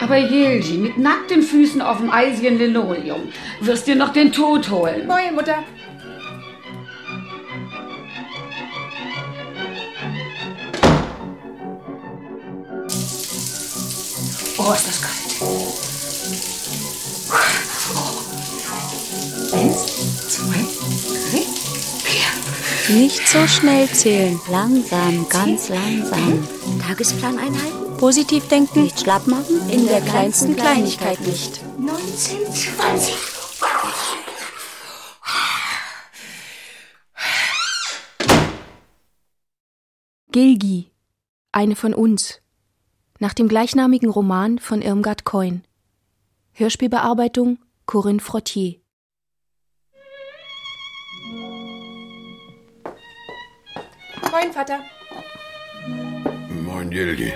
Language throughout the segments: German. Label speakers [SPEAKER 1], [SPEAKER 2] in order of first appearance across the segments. [SPEAKER 1] Aber Yilji, mit nackten Füßen auf dem eisigen Linoleum wirst dir noch den Tod holen.
[SPEAKER 2] Moin, Mutter.
[SPEAKER 1] Oh, ist das kalt. Eins, zwei, drei, vier.
[SPEAKER 3] Nicht so schnell zählen.
[SPEAKER 4] Langsam, ganz langsam.
[SPEAKER 5] Tagesplan einhalten?
[SPEAKER 3] Positiv denken.
[SPEAKER 4] Nicht schlapp machen?
[SPEAKER 3] In der kleinsten Kleinigkeit nicht.
[SPEAKER 2] 19, 20.
[SPEAKER 3] Gilgi. Eine von uns. Nach dem gleichnamigen Roman von Irmgard Coyne. Hörspielbearbeitung Corinne Frottier.
[SPEAKER 2] Moin, Vater.
[SPEAKER 6] Moin, Yildi.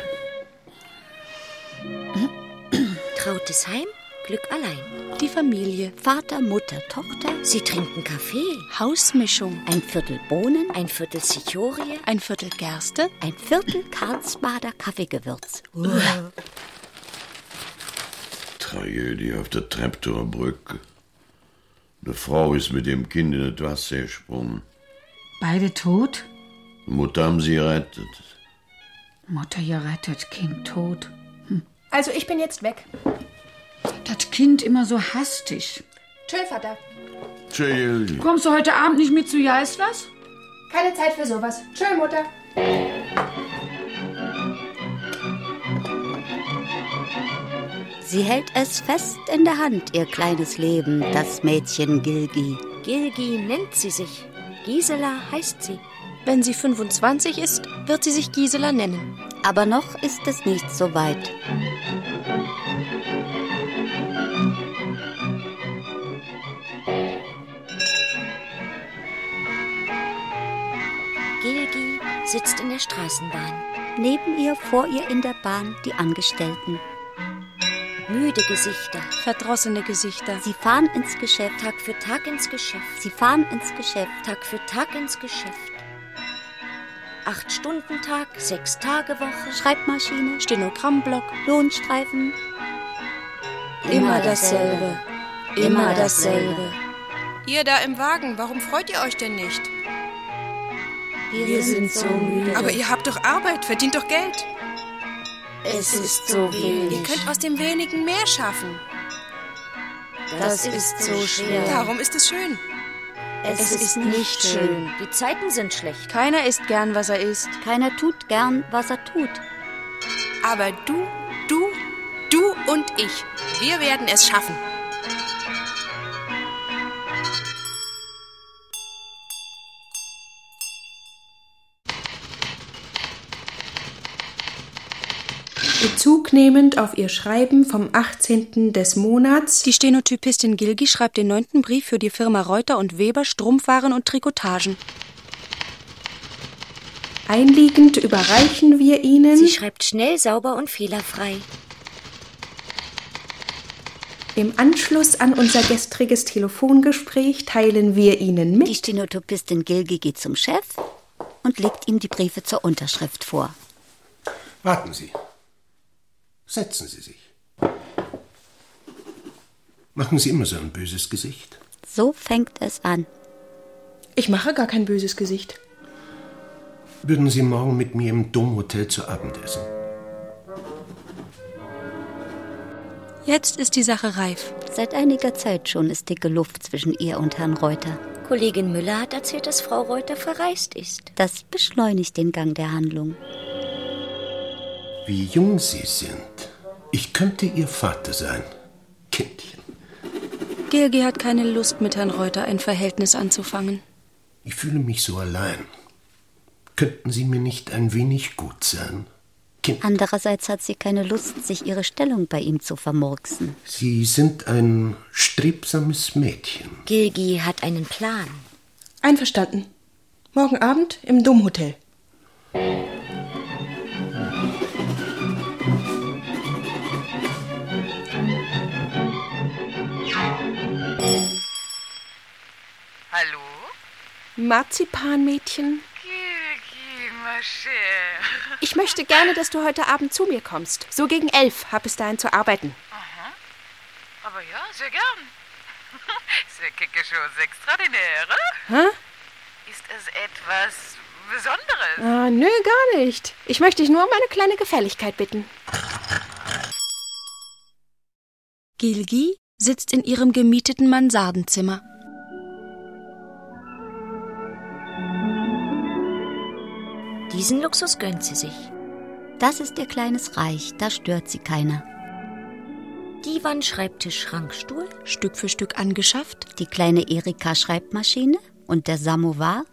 [SPEAKER 5] Trautes Heim? Glück allein.
[SPEAKER 3] Die Familie.
[SPEAKER 5] Vater, Mutter, Tochter. Sie trinken Kaffee.
[SPEAKER 3] Hausmischung.
[SPEAKER 5] Ein Viertel Bohnen, ein Viertel Cichorie,
[SPEAKER 3] Ein Viertel Gerste.
[SPEAKER 5] ein Viertel Karlsbader Kaffeegewürz.
[SPEAKER 6] Tragödie auf der Treptower Brücke. Eine Frau ist mit dem Kind in das Wasser gesprungen.
[SPEAKER 1] Beide tot?
[SPEAKER 6] Die Mutter haben sie gerettet.
[SPEAKER 1] Mutter gerettet, Kind tot.
[SPEAKER 2] Also, ich bin jetzt weg.
[SPEAKER 1] Das Kind immer so hastig.
[SPEAKER 2] Tschö, Vater.
[SPEAKER 6] Tschö, Yildi.
[SPEAKER 1] Kommst du heute Abend nicht mit zu Jeislers?
[SPEAKER 2] Keine Zeit für sowas. Tschö, Mutter.
[SPEAKER 5] Sie hält es fest in der Hand, ihr kleines Leben, das Mädchen Gilgi. Gilgi nennt sie sich. Gisela heißt sie.
[SPEAKER 3] Wenn sie 25 ist, wird sie sich Gisela nennen.
[SPEAKER 5] Aber noch ist es nicht so weit.
[SPEAKER 2] Gilgi sitzt in der Straßenbahn.
[SPEAKER 5] Neben ihr, vor ihr in der Bahn die Angestellten.
[SPEAKER 2] Müde Gesichter.
[SPEAKER 3] Verdrossene Gesichter.
[SPEAKER 5] Sie fahren ins Geschäft.
[SPEAKER 2] Tag für Tag ins Geschäft.
[SPEAKER 5] Sie fahren ins Geschäft.
[SPEAKER 2] Tag für Tag ins Geschäft. Acht Stunden Tag, sechs Tage Woche.
[SPEAKER 5] Schreibmaschine,
[SPEAKER 3] Stenogrammblock.
[SPEAKER 5] Lohnstreifen.
[SPEAKER 3] Immer dasselbe. Immer dasselbe.
[SPEAKER 7] Ihr da im Wagen, warum freut ihr euch denn nicht?
[SPEAKER 3] Wir sind so müde.
[SPEAKER 7] Aber ihr habt doch Arbeit, verdient doch Geld.
[SPEAKER 3] Es ist so
[SPEAKER 7] Ihr
[SPEAKER 3] wenig.
[SPEAKER 7] könnt aus dem wenigen mehr schaffen.
[SPEAKER 3] Das ist so schwer.
[SPEAKER 7] Darum ist es schön.
[SPEAKER 3] Es ist nicht schön.
[SPEAKER 7] Die Zeiten sind schlecht.
[SPEAKER 3] Keiner isst gern, was er isst.
[SPEAKER 5] Keiner tut gern, was er tut.
[SPEAKER 7] Aber du, du, du und ich, wir werden es schaffen.
[SPEAKER 8] Bezug nehmend auf ihr Schreiben vom 18. des Monats
[SPEAKER 3] Die Stenotypistin Gilgi schreibt den neunten Brief für die Firma Reuter und Weber Strumpfwaren und Trikotagen.
[SPEAKER 8] einliegend überreichen wir Ihnen
[SPEAKER 5] Sie schreibt schnell, sauber und fehlerfrei.
[SPEAKER 8] im Anschluss an unser gestriges Telefongespräch teilen wir Ihnen
[SPEAKER 5] Die
[SPEAKER 8] mit
[SPEAKER 5] Stenotopistin Gilgi geht zum Chef und legt ihm die Briefe zur Unterschrift vor.
[SPEAKER 9] Warten Sie. Setzen Sie sich. Machen Sie immer so ein böses Gesicht.
[SPEAKER 5] So fängt es an.
[SPEAKER 8] Ich mache gar kein böses Gesicht.
[SPEAKER 9] Würden Sie morgen mit mir im Domhotel zu Abend essen?
[SPEAKER 3] Jetzt ist die Sache reif.
[SPEAKER 5] Seit einiger Zeit schon ist dicke Luft zwischen ihr und Herrn Reuter.
[SPEAKER 4] Kollegin Müller hat erzählt, dass Frau Reuter verreist ist.
[SPEAKER 5] Das beschleunigt den Gang der Handlung.
[SPEAKER 9] Wie jung Sie sind. Ich könnte Ihr Vater sein. Kindchen.
[SPEAKER 3] Gilgi hat keine Lust, mit Herrn Reuter ein Verhältnis anzufangen.
[SPEAKER 9] Ich fühle mich so allein. Könnten Sie mir nicht ein wenig gut sein? Kind,
[SPEAKER 5] Andererseits hat sie keine Lust, sich ihre Stellung bei ihm zu vermurksen.
[SPEAKER 9] Sie sind ein strebsames Mädchen.
[SPEAKER 4] Gilgi hat einen Plan.
[SPEAKER 8] Einverstanden. Morgen Abend im Domhotel.
[SPEAKER 10] Hallo?
[SPEAKER 8] Marzipanmädchen?
[SPEAKER 10] Gilgi, mein
[SPEAKER 8] Ich möchte gerne, dass du heute Abend zu mir kommst. So gegen elf. Hab bis dahin zu arbeiten.
[SPEAKER 10] Aber ja, sehr gern. C'est quelque chose extraordinaire.
[SPEAKER 8] Hä?
[SPEAKER 10] Ist es etwas Besonderes?
[SPEAKER 8] Ah, nö, gar nicht. Ich möchte dich nur um eine kleine Gefälligkeit bitten.
[SPEAKER 3] Gilgi sitzt in ihrem gemieteten Mansardenzimmer.
[SPEAKER 11] Diesen Luxus gönnt sie sich.
[SPEAKER 5] Das ist ihr kleines Reich, da stört sie keiner.
[SPEAKER 11] Divan, Schreibtisch, Schrank, Stuhl.
[SPEAKER 3] Stück für Stück angeschafft,
[SPEAKER 5] Die kleine Erika-Schreibmaschine und der Samovar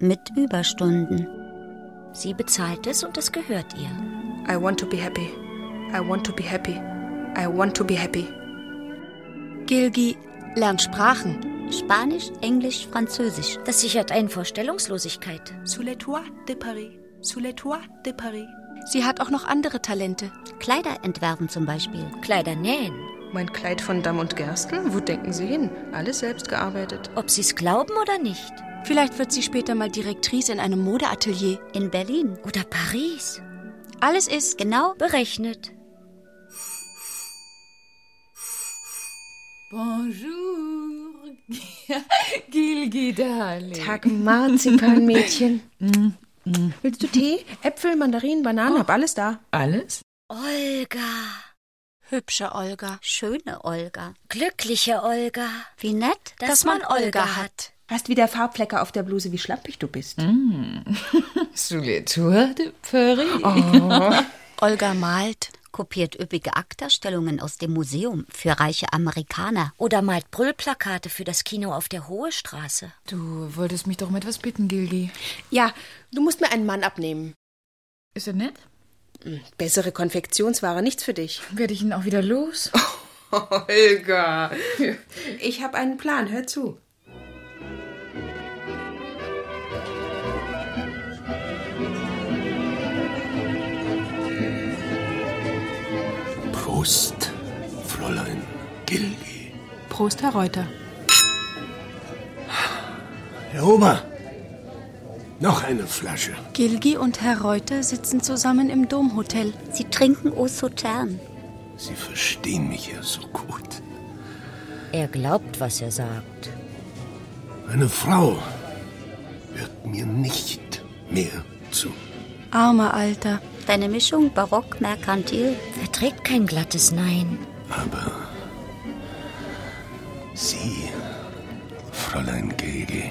[SPEAKER 5] mit Überstunden.
[SPEAKER 11] Sie bezahlt es und es gehört ihr.
[SPEAKER 8] I want to be happy. I want to be happy. I want to be happy.
[SPEAKER 3] Gilgi lernt Sprachen.
[SPEAKER 5] Spanisch, Englisch, Französisch.
[SPEAKER 11] Das sichert einen vor Stellungslosigkeit.
[SPEAKER 12] Sous les toits de Paris, sous les toits de Paris.
[SPEAKER 3] Sie hat auch noch andere Talente.
[SPEAKER 5] Kleider entwerfen zum Beispiel.
[SPEAKER 11] Kleider nähen.
[SPEAKER 12] Mein Kleid von Damm und Gersten? Wo denken Sie hin? Alles selbst gearbeitet.
[SPEAKER 11] Ob sie es glauben oder nicht.
[SPEAKER 3] Vielleicht wird sie später mal Direktrice in einem Modeatelier.
[SPEAKER 5] In Berlin.
[SPEAKER 11] Oder Paris.
[SPEAKER 3] Alles ist
[SPEAKER 5] Genau.
[SPEAKER 11] Berechnet.
[SPEAKER 13] Bonjour, Gilgi, darling.
[SPEAKER 8] Tag Marzipanmädchen. Mm, Willst du Tee? Äpfel, Mandarinen, Bananen, hab alles da.
[SPEAKER 13] Alles?
[SPEAKER 11] Olga.
[SPEAKER 3] hübsche Olga.
[SPEAKER 5] Schöne Olga.
[SPEAKER 11] Glückliche Olga.
[SPEAKER 5] Wie nett.
[SPEAKER 11] Dass, man, Olga hat.
[SPEAKER 8] Hast wieder Farbflecke auf der Bluse, wie schlampig du bist.
[SPEAKER 13] Sous les tours de Paris.
[SPEAKER 3] Olga malt.
[SPEAKER 5] Kopiert üppige Akterstellungen aus dem Museum für reiche Amerikaner.
[SPEAKER 11] Oder malt Brüllplakate für das Kino auf der Hohe Straße.
[SPEAKER 13] Du wolltest mich doch um etwas bitten, Gilgi.
[SPEAKER 8] Ja, du musst mir einen Mann abnehmen.
[SPEAKER 13] Ist er nett?
[SPEAKER 8] Bessere Konfektionsware, nichts für dich.
[SPEAKER 13] Werde ich ihn auch wieder los?
[SPEAKER 14] Oh
[SPEAKER 12] Olga.
[SPEAKER 8] Ich habe einen Plan, hör zu.
[SPEAKER 9] Prost, Fräulein Gilgi.
[SPEAKER 14] Prost, Herr Reuter.
[SPEAKER 9] Herr Ober, noch eine Flasche.
[SPEAKER 3] Gilgi und Herr Reuter sitzen zusammen im Domhotel.
[SPEAKER 5] Sie trinken Eau Sauterne.
[SPEAKER 9] Sie verstehen mich ja so gut.
[SPEAKER 11] Er glaubt, was er sagt.
[SPEAKER 9] Eine Frau wird mir nicht mehr zu.
[SPEAKER 3] Armer Alter.
[SPEAKER 5] Deine Mischung barock, merkantil.
[SPEAKER 11] Verträgt kein glattes Nein.
[SPEAKER 9] Aber Sie, Fräulein Gilgi,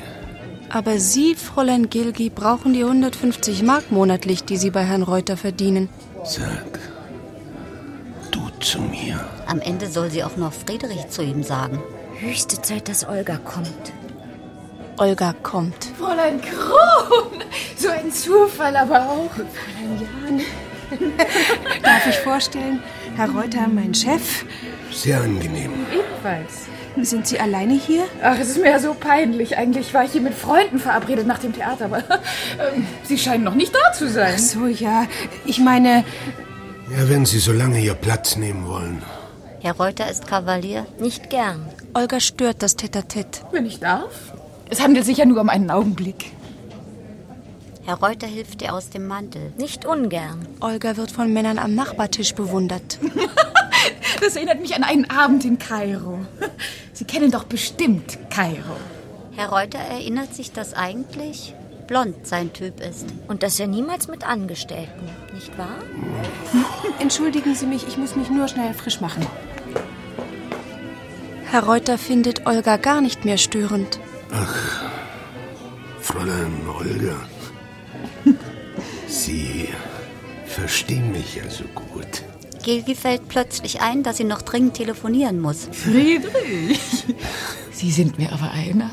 [SPEAKER 3] Aber Sie, Fräulein Gilgi, brauchen die 150 Mark monatlich, die Sie bei Herrn Reuter verdienen.
[SPEAKER 9] sag du zu mir.
[SPEAKER 5] Am Ende soll sie auch noch Friedrich zu ihm sagen.
[SPEAKER 11] Höchste Zeit, dass Olga kommt.
[SPEAKER 3] Olga kommt.
[SPEAKER 13] Fräulein Kron! So ein Zufall aber auch.
[SPEAKER 14] Darf ich vorstellen? Herr Reuter, mein Chef.
[SPEAKER 9] Sehr angenehm.
[SPEAKER 13] Ebenfalls.
[SPEAKER 14] Sind Sie alleine hier?
[SPEAKER 13] Ach, es ist mir ja so peinlich. Eigentlich war ich hier mit Freunden verabredet nach dem Theater, aber ähm, sie scheinen noch nicht da zu sein.
[SPEAKER 14] Ach so, ja. Ich meine,
[SPEAKER 9] Ja, wenn Sie so lange hier Platz nehmen wollen.
[SPEAKER 5] Herr Reuter ist Kavalier.
[SPEAKER 11] Nicht gern.
[SPEAKER 3] Olga stört das Tete-a-Tete.
[SPEAKER 13] Wenn ich darf. Es handelt sich ja nur um einen Augenblick.
[SPEAKER 5] Herr Reuter hilft ihr aus dem Mantel.
[SPEAKER 11] Nicht ungern.
[SPEAKER 3] Olga wird von Männern am Nachbartisch bewundert.
[SPEAKER 13] Das erinnert mich an einen Abend in Kairo. Sie kennen doch bestimmt Kairo.
[SPEAKER 5] Herr Reuter erinnert sich, dass eigentlich blond sein Typ ist.
[SPEAKER 11] Und dass er niemals mit Angestellten, nicht wahr?
[SPEAKER 14] entschuldigen Sie mich, ich muss mich nur schnell frisch machen.
[SPEAKER 3] Herr Reuter findet Olga gar nicht mehr störend.
[SPEAKER 9] Fräulein Olga, Sie verstehen mich ja so gut.
[SPEAKER 5] Gilgi fällt plötzlich ein, dass sie noch dringend telefonieren muss.
[SPEAKER 13] Friedrich. Sie sind mir aber einer.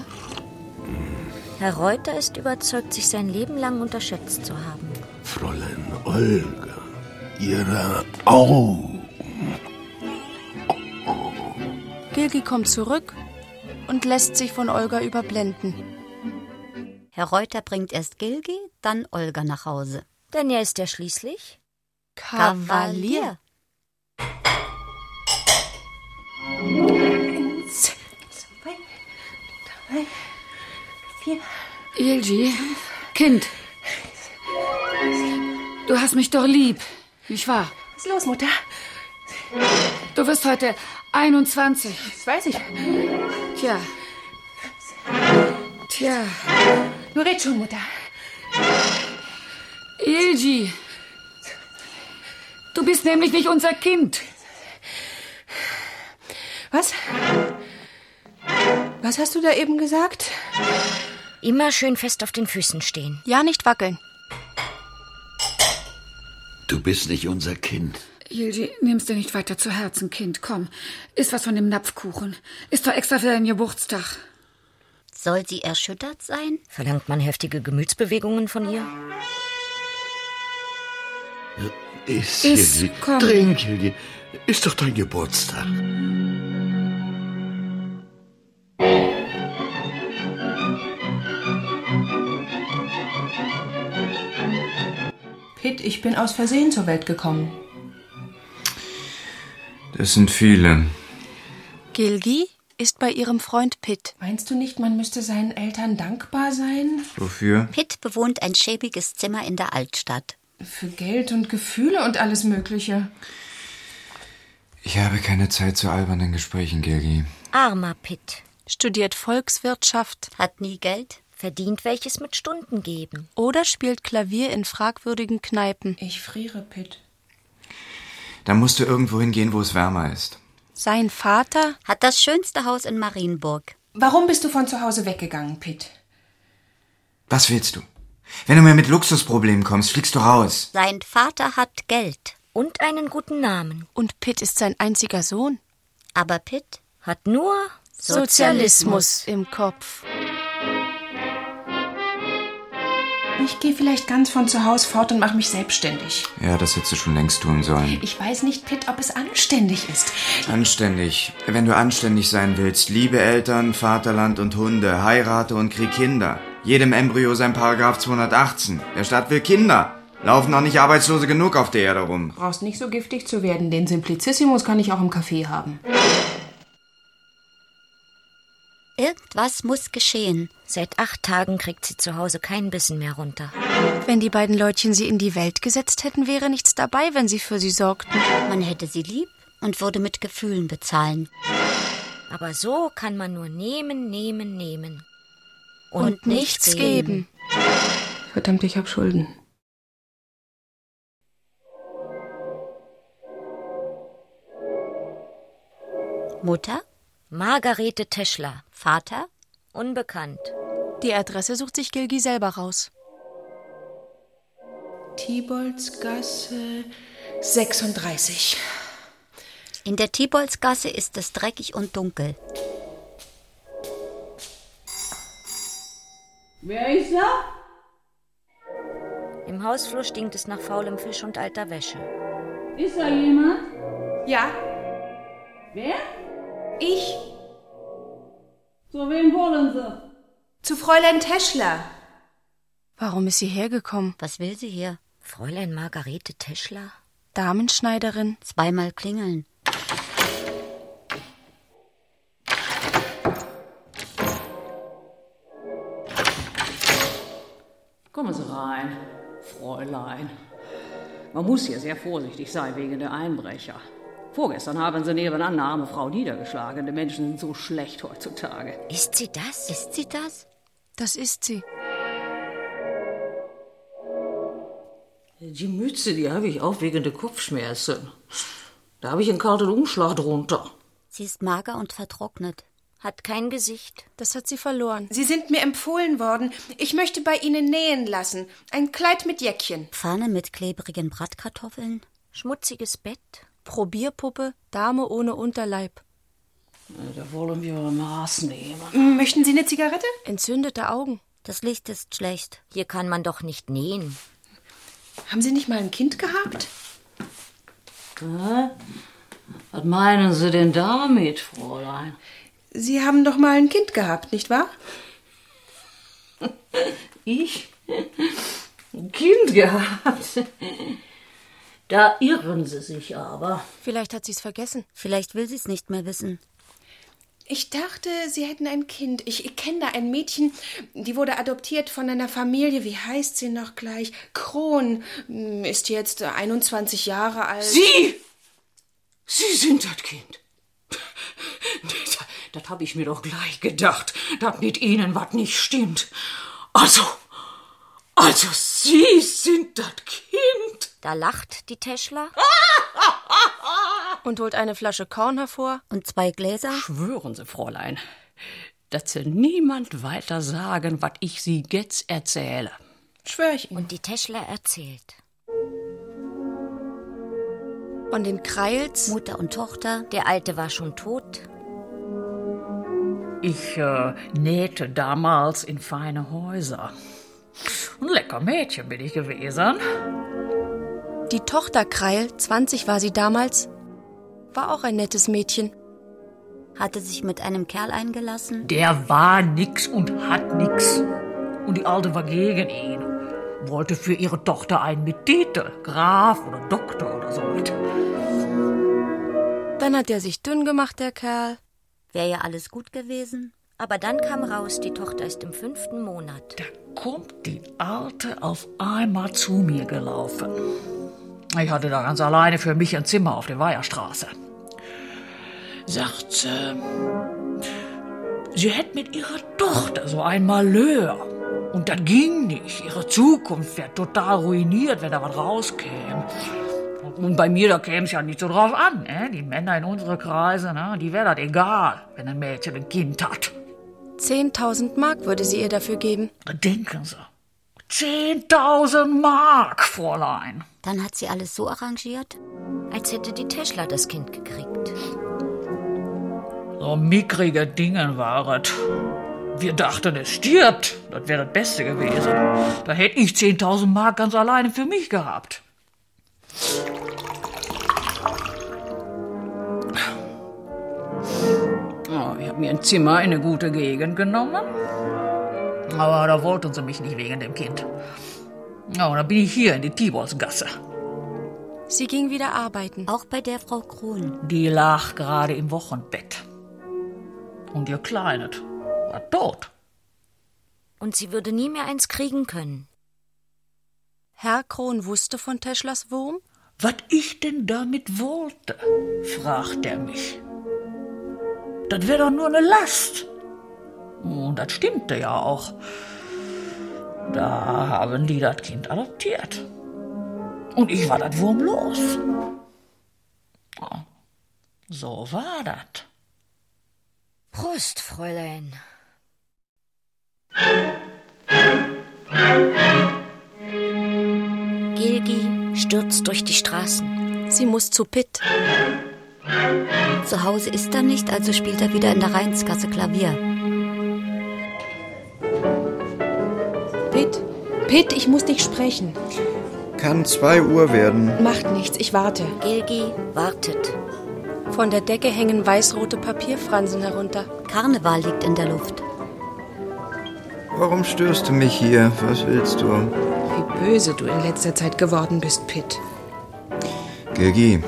[SPEAKER 11] Herr Reuter ist überzeugt, sich sein Leben lang unterschätzt zu haben.
[SPEAKER 9] Fräulein Olga, Ihre Augen.
[SPEAKER 3] Gilgi kommt zurück und lässt sich von Olga überblenden.
[SPEAKER 5] Herr Reuter bringt erst Gilgi, dann Olga nach Hause.
[SPEAKER 11] Denn er ist ja schließlich.
[SPEAKER 5] Kavalier.
[SPEAKER 1] Ilgi, Kind, Du hast mich doch lieb, nicht wahr?
[SPEAKER 8] Was ist los, Mutter?
[SPEAKER 1] Du wirst heute 21.
[SPEAKER 8] Das weiß ich.
[SPEAKER 1] Tja. Tja.
[SPEAKER 8] Nur red schon, Mutter.
[SPEAKER 1] Ilgi. Du bist nämlich nicht unser Kind.
[SPEAKER 8] Was? Was hast du da eben gesagt?
[SPEAKER 15] Immer schön fest auf den Füßen stehen.
[SPEAKER 3] Ja, nicht wackeln.
[SPEAKER 6] Du bist nicht unser Kind.
[SPEAKER 1] Ilgi, nimm's dir nicht weiter zu Herzen, Kind. Komm, iss was von dem Napfkuchen. Ist doch extra für deinen Geburtstag.
[SPEAKER 5] Soll sie erschüttert sein?
[SPEAKER 15] Verlangt man heftige Gemütsbewegungen von ihr?
[SPEAKER 6] Iss,
[SPEAKER 1] Iss,
[SPEAKER 6] Hildi.
[SPEAKER 1] komm.
[SPEAKER 6] Trink, Hildi. Ist doch dein Geburtstag.
[SPEAKER 8] Pitt, ich bin aus Versehen zur Welt gekommen.
[SPEAKER 10] Das sind viele.
[SPEAKER 3] Gilgi ist bei ihrem Freund Pitt.
[SPEAKER 8] Meinst du nicht, man müsste seinen Eltern dankbar sein?
[SPEAKER 10] Wofür?
[SPEAKER 5] Pitt bewohnt ein schäbiges Zimmer in der Altstadt.
[SPEAKER 8] Für Geld und Gefühle und alles Mögliche.
[SPEAKER 10] Ich habe keine Zeit zu albernen Gesprächen, Gilgi.
[SPEAKER 15] Armer Pitt.
[SPEAKER 3] Studiert Volkswirtschaft.
[SPEAKER 5] Hat nie Geld.
[SPEAKER 15] Verdient welches mit Stunden geben.
[SPEAKER 3] Oder spielt Klavier in fragwürdigen Kneipen.
[SPEAKER 8] Ich friere, Pitt.
[SPEAKER 10] Da musst du irgendwo hingehen, wo es wärmer ist.
[SPEAKER 3] Sein Vater
[SPEAKER 5] hat das schönste Haus in Marienburg.
[SPEAKER 8] Warum bist du von zu Hause weggegangen, Pitt?
[SPEAKER 10] Was willst du? Wenn du mir mit Luxusproblemen kommst, fliegst du raus.
[SPEAKER 5] Sein Vater hat Geld.
[SPEAKER 15] Und einen guten Namen.
[SPEAKER 3] Und Pitt ist sein einziger Sohn.
[SPEAKER 5] Aber Pitt
[SPEAKER 15] hat nur
[SPEAKER 3] Sozialismus im Kopf.
[SPEAKER 8] Ich gehe vielleicht ganz von zu Hause fort und mache mich selbstständig.
[SPEAKER 10] Ja, das hättest du schon längst tun sollen.
[SPEAKER 8] Ich weiß nicht, Pitt, ob es anständig ist.
[SPEAKER 10] Anständig. Wenn du anständig sein willst, liebe Eltern, Vaterland und Hunde, heirate und krieg Kinder. Jedem Embryo sein Paragraph 218. Der Staat will Kinder. Laufen auch nicht Arbeitslose genug auf der Erde rum.
[SPEAKER 8] Brauchst nicht so giftig zu werden. Den Simplicissimus kann ich auch im Kaffee haben.
[SPEAKER 5] Irgendwas muss geschehen.
[SPEAKER 15] Seit acht Tagen kriegt sie zu Hause keinen Bissen mehr runter.
[SPEAKER 3] Wenn die beiden Leutchen sie in die Welt gesetzt hätten, wäre nichts dabei, wenn sie für sie sorgten.
[SPEAKER 5] Man hätte sie lieb und würde mit Gefühlen bezahlen.
[SPEAKER 15] Aber so kann man nur nehmen, nehmen, nehmen.
[SPEAKER 3] Und nichts geben.
[SPEAKER 8] Verdammt, ich habe Schulden.
[SPEAKER 5] Mutter?
[SPEAKER 15] Margarete Teschler.
[SPEAKER 5] Vater?
[SPEAKER 15] Unbekannt.
[SPEAKER 3] Die Adresse sucht sich Gilgi selber raus.
[SPEAKER 8] Tiboldsgasse 36.
[SPEAKER 5] In der Tiboldsgasse ist es dreckig und dunkel.
[SPEAKER 15] Wer ist da? Im Hausflur stinkt es nach faulem Fisch und alter Wäsche.
[SPEAKER 13] Ist da jemand?
[SPEAKER 8] Ja.
[SPEAKER 13] Wer?
[SPEAKER 8] Ich.
[SPEAKER 13] Zu wem wollen Sie?
[SPEAKER 8] Zu Fräulein Teschler.
[SPEAKER 3] Warum ist sie hergekommen?
[SPEAKER 5] Was will sie hier?
[SPEAKER 15] Fräulein Margarete Teschler?
[SPEAKER 3] Damenschneiderin.
[SPEAKER 5] Zweimal klingeln.
[SPEAKER 13] Kommen Sie rein, Fräulein. Man muss hier sehr vorsichtig sein wegen der Einbrecher. Vorgestern haben sie nebenan eine arme Frau niedergeschlagen. Die Menschen sind so schlecht heutzutage.
[SPEAKER 15] Ist sie das?
[SPEAKER 5] Ist sie das?
[SPEAKER 3] Das ist sie.
[SPEAKER 13] Die Mütze, die habe ich auf wegen der Kopfschmerzen. Da habe ich einen kalten Umschlag drunter.
[SPEAKER 5] Sie ist mager und vertrocknet.
[SPEAKER 15] Hat kein Gesicht.
[SPEAKER 3] Das hat sie verloren.
[SPEAKER 8] Sie sind mir empfohlen worden. Ich möchte bei Ihnen nähen lassen. Ein Kleid mit Jäckchen.
[SPEAKER 5] Pfanne mit klebrigen Bratkartoffeln.
[SPEAKER 15] Schmutziges Bett.
[SPEAKER 3] Probierpuppe, Dame ohne Unterleib.
[SPEAKER 13] Da wollen wir Maß nehmen.
[SPEAKER 8] Möchten Sie eine Zigarette?
[SPEAKER 3] Entzündete Augen.
[SPEAKER 5] Das Licht ist schlecht.
[SPEAKER 15] Hier kann man doch nicht nähen.
[SPEAKER 8] Haben Sie nicht mal ein Kind gehabt?
[SPEAKER 13] Hä? Was meinen Sie denn damit, Fräulein?
[SPEAKER 8] Sie haben doch mal ein Kind gehabt, nicht wahr?
[SPEAKER 13] Ich? Ein Kind gehabt? Da irren Sie sich aber.
[SPEAKER 3] Vielleicht hat sie es vergessen.
[SPEAKER 5] Vielleicht will sie es nicht mehr wissen.
[SPEAKER 3] Ich dachte, Sie hätten ein Kind. Ich, ich kenne da ein Mädchen, die wurde adoptiert von einer Familie. Wie heißt sie noch gleich? Kron hm, ist jetzt 21 Jahre alt.
[SPEAKER 13] Sie! Sie sind das Kind. Das, das hab ich mir doch gleich gedacht, dass mit Ihnen was nicht stimmt. Also, also Sie sind das Kind.
[SPEAKER 16] Da lacht die Teschler.
[SPEAKER 17] Und holt eine Flasche Korn hervor.
[SPEAKER 16] Und zwei Gläser.
[SPEAKER 10] Schwören Sie, Fräulein, dass Sie niemand weiter sagen, was ich Sie jetzt erzähle.
[SPEAKER 3] Schwör ich Ihnen.
[SPEAKER 16] Und die Teschler erzählt.
[SPEAKER 17] Von den Kreils.
[SPEAKER 16] Mutter und Tochter. Der Alte war schon tot.
[SPEAKER 10] Ich äh, nähte damals in feine Häuser. Ein lecker Mädchen bin ich gewesen.
[SPEAKER 17] Die Tochter Kreil, 20 war sie damals, war auch ein nettes Mädchen.
[SPEAKER 5] Hatte sich mit einem Kerl eingelassen?
[SPEAKER 10] Der war nix und hat nix. Und die Alte war gegen ihn. Wollte für ihre Tochter einen mit Titel, Graf oder Doktor oder so.
[SPEAKER 17] Dann hat er sich dünn gemacht, der Kerl.
[SPEAKER 5] Wäre ja alles gut gewesen.
[SPEAKER 16] Aber dann kam raus, die Tochter ist im fünften Monat.
[SPEAKER 10] Da kommt die Alte auf einmal zu mir gelaufen. Ich hatte da ganz alleine für mich ein Zimmer auf der Weiherstraße. Sagt sie, sie hätte mit ihrer Tochter so ein Malheur. Und das ging nicht. Ihre Zukunft wäre total ruiniert, wenn da was rauskäme. Und bei mir, da käme es ja nicht so drauf an. Ne? Die Männer in unsere Kreise, ne? die wäre das egal, wenn ein Mädchen ein Kind hat.
[SPEAKER 17] 10.000 Mark würde sie ihr dafür geben.
[SPEAKER 10] Denken Sie. 10.000 Mark, Fräulein.
[SPEAKER 5] Dann hat sie alles so arrangiert,
[SPEAKER 16] als hätte die Tesla das Kind gekriegt.
[SPEAKER 10] So Oh, mickrige Dinge waret. Wir dachten, es stirbt. Das wäre das Beste gewesen. Da hätte ich 10.000 Mark ganz alleine für mich gehabt. Ja, Oh, ich habe mir ein Zimmer in eine gute Gegend genommen. Aber da wollten sie mich nicht wegen dem Kind. Ja, und dann bin ich hier in die Tiborsgasse.
[SPEAKER 17] Sie ging wieder arbeiten.
[SPEAKER 5] Auch bei der Frau Kron.
[SPEAKER 10] Die lag gerade im Wochenbett. Und ihr Kleinet war tot.
[SPEAKER 16] Und sie würde nie mehr eins kriegen können.
[SPEAKER 17] Herr Kron wusste von Teschlers Wurm?
[SPEAKER 10] Was ich denn damit wollte, fragt er mich. Das wäre doch nur eine Last. Und das stimmte ja auch. Da haben die das Kind adoptiert. Und ich war das Wurm los. So war das.
[SPEAKER 16] Prost, Fräulein. Gilgi stürzt durch die Straßen.
[SPEAKER 17] Sie muss zu Pitt.
[SPEAKER 5] Zu Hause ist er nicht, also spielt er wieder in der Rheinsgasse Klavier.
[SPEAKER 3] Pitt, Pitt, ich muss dich sprechen.
[SPEAKER 8] Kann zwei Uhr werden.
[SPEAKER 3] Macht nichts, ich warte.
[SPEAKER 16] Gilgi wartet.
[SPEAKER 17] Von der Decke hängen weißrote Papierfransen herunter.
[SPEAKER 5] Karneval liegt in der Luft.
[SPEAKER 8] Warum störst du mich hier? Was willst du?
[SPEAKER 18] Wie böse du in letzter Zeit geworden bist, Pitt.
[SPEAKER 8] Gilgi,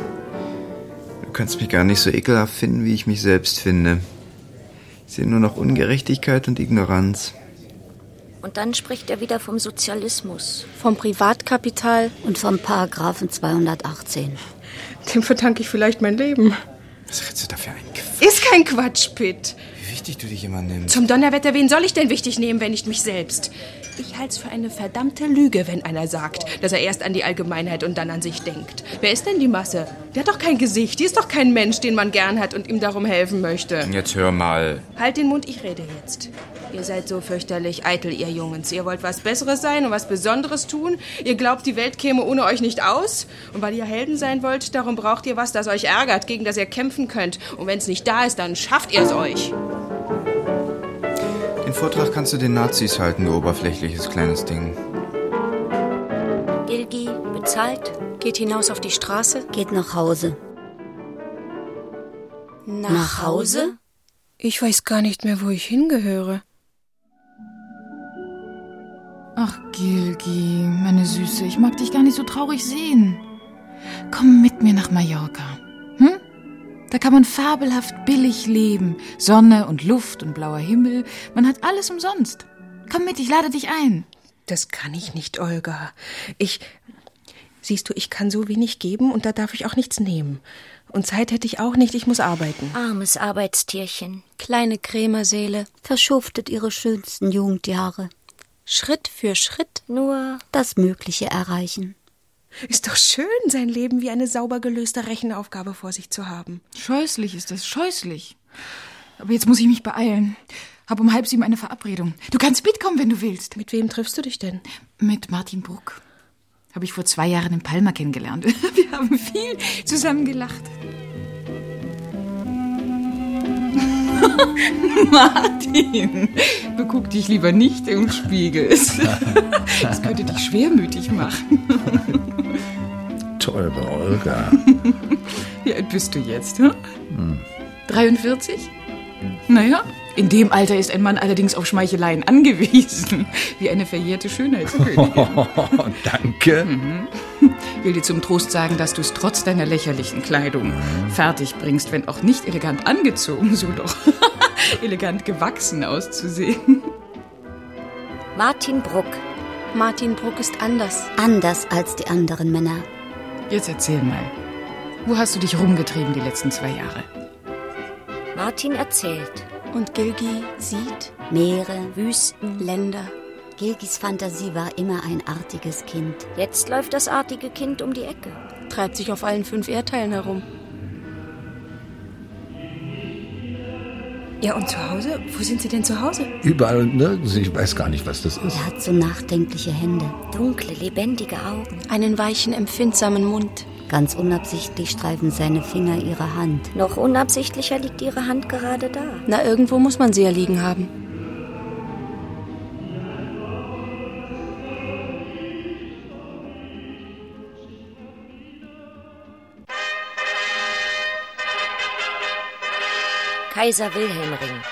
[SPEAKER 8] du kannst mich gar nicht so ekelhaft finden, wie ich mich selbst finde. Ich sehe nur noch Ungerechtigkeit und Ignoranz.
[SPEAKER 16] Und dann spricht er wieder vom Sozialismus.
[SPEAKER 17] Vom Privatkapital
[SPEAKER 5] und vom Paragraphen 218.
[SPEAKER 3] Dem verdanke ich vielleicht mein Leben.
[SPEAKER 8] Was redest du dafür ein Quatsch?
[SPEAKER 3] Ist kein Quatsch, Pitt.
[SPEAKER 8] Wie wichtig du dich immer nimmst.
[SPEAKER 3] Zum Donnerwetter, wen soll ich denn wichtig nehmen, wenn nicht mich selbst? Ich halte es für eine verdammte Lüge, wenn einer sagt, dass er erst an die Allgemeinheit und dann an sich denkt. Wer ist denn die Masse? Die hat doch kein Gesicht, die ist doch kein Mensch, den man gern hat und ihm darum helfen möchte.
[SPEAKER 8] Jetzt hör mal.
[SPEAKER 3] Halt den Mund, ich rede jetzt. Ihr seid so fürchterlich eitel, ihr Jungens. Ihr wollt was Besseres sein und was Besonderes tun. Ihr glaubt, die Welt käme ohne euch nicht aus. Und weil ihr Helden sein wollt, darum braucht ihr was, das euch ärgert, gegen das ihr kämpfen könnt. Und wenn es nicht da ist, dann schafft ihr es euch.
[SPEAKER 8] Den Vortrag kannst du den Nazis halten, du oberflächliches kleines Ding.
[SPEAKER 16] Ilgi bezahlt,
[SPEAKER 17] geht hinaus auf die Straße,
[SPEAKER 5] geht nach Hause.
[SPEAKER 17] Nach, nach Hause?
[SPEAKER 3] Ich weiß gar nicht mehr, wo ich hingehöre.
[SPEAKER 19] Ach, Gilgi, meine Süße, ich mag dich gar nicht so traurig sehen. Komm mit mir nach Mallorca. Hm?
[SPEAKER 20] Da kann man fabelhaft billig leben. Sonne und Luft und blauer Himmel. Man hat alles umsonst. Komm mit, ich lade dich ein.
[SPEAKER 21] Das kann ich nicht, Olga. Ich. Siehst du, ich kann so wenig geben und da darf ich auch nichts nehmen. Und Zeit hätte ich auch nicht, ich muss arbeiten.
[SPEAKER 13] Armes Arbeitstierchen.
[SPEAKER 3] Kleine Krämerseele.
[SPEAKER 5] Verschuftet ihre schönsten Jugendjahre.
[SPEAKER 3] Schritt für Schritt nur
[SPEAKER 5] das Mögliche erreichen.
[SPEAKER 21] Ist doch schön, sein Leben wie eine sauber gelöste Rechenaufgabe vor sich zu haben.
[SPEAKER 20] Scheußlich ist das, scheußlich. Aber jetzt muss ich mich beeilen. Hab um halb sieben eine Verabredung. Du kannst mitkommen, wenn du willst.
[SPEAKER 21] Mit wem triffst du dich denn?
[SPEAKER 20] Mit Martin Bruck. Habe ich vor zwei Jahren in Palma kennengelernt. Wir haben viel zusammen gelacht. Martin, beguck dich lieber nicht im Spiegel. Das könnte dich schwermütig machen.
[SPEAKER 6] Toll, bei Olga.
[SPEAKER 20] Wie alt bist du jetzt? Hm? Hm. 43? Naja, in dem Alter ist ein Mann allerdings auf Schmeicheleien angewiesen, wie eine verjährte Schönheitskönigin.
[SPEAKER 6] Oh, danke.
[SPEAKER 20] Mhm. Will dir zum Trost sagen, dass du es trotz deiner lächerlichen Kleidung mhm. fertig bringst, wenn auch nicht elegant angezogen, so doch elegant gewachsen auszusehen.
[SPEAKER 2] Martin Bruck.
[SPEAKER 3] Martin Bruck ist anders.
[SPEAKER 5] Anders als die anderen Männer.
[SPEAKER 20] Jetzt erzähl mal. Wo hast du dich rumgetrieben die letzten zwei Jahre?
[SPEAKER 2] Martin erzählt.
[SPEAKER 3] Und Gilgi sieht
[SPEAKER 5] Meere,
[SPEAKER 3] Wüsten, Länder.
[SPEAKER 5] Gilgis Fantasie war immer ein artiges Kind.
[SPEAKER 2] Jetzt läuft das artige Kind um die Ecke.
[SPEAKER 3] Treibt sich auf allen fünf Erdteilen herum. Ja, und zu Hause? Wo sind Sie denn zu Hause?
[SPEAKER 6] Überall und nirgends. Ich weiß gar nicht, was das ist.
[SPEAKER 5] Er hat so nachdenkliche Hände.
[SPEAKER 2] Dunkle, lebendige Augen.
[SPEAKER 3] Einen weichen, empfindsamen Mund.
[SPEAKER 5] Ganz unabsichtlich streifen seine Finger ihre Hand.
[SPEAKER 2] Noch unabsichtlicher liegt ihre Hand gerade da.
[SPEAKER 3] Na, irgendwo muss man sie ja liegen haben.
[SPEAKER 2] Kaiser Wilhelm Ring.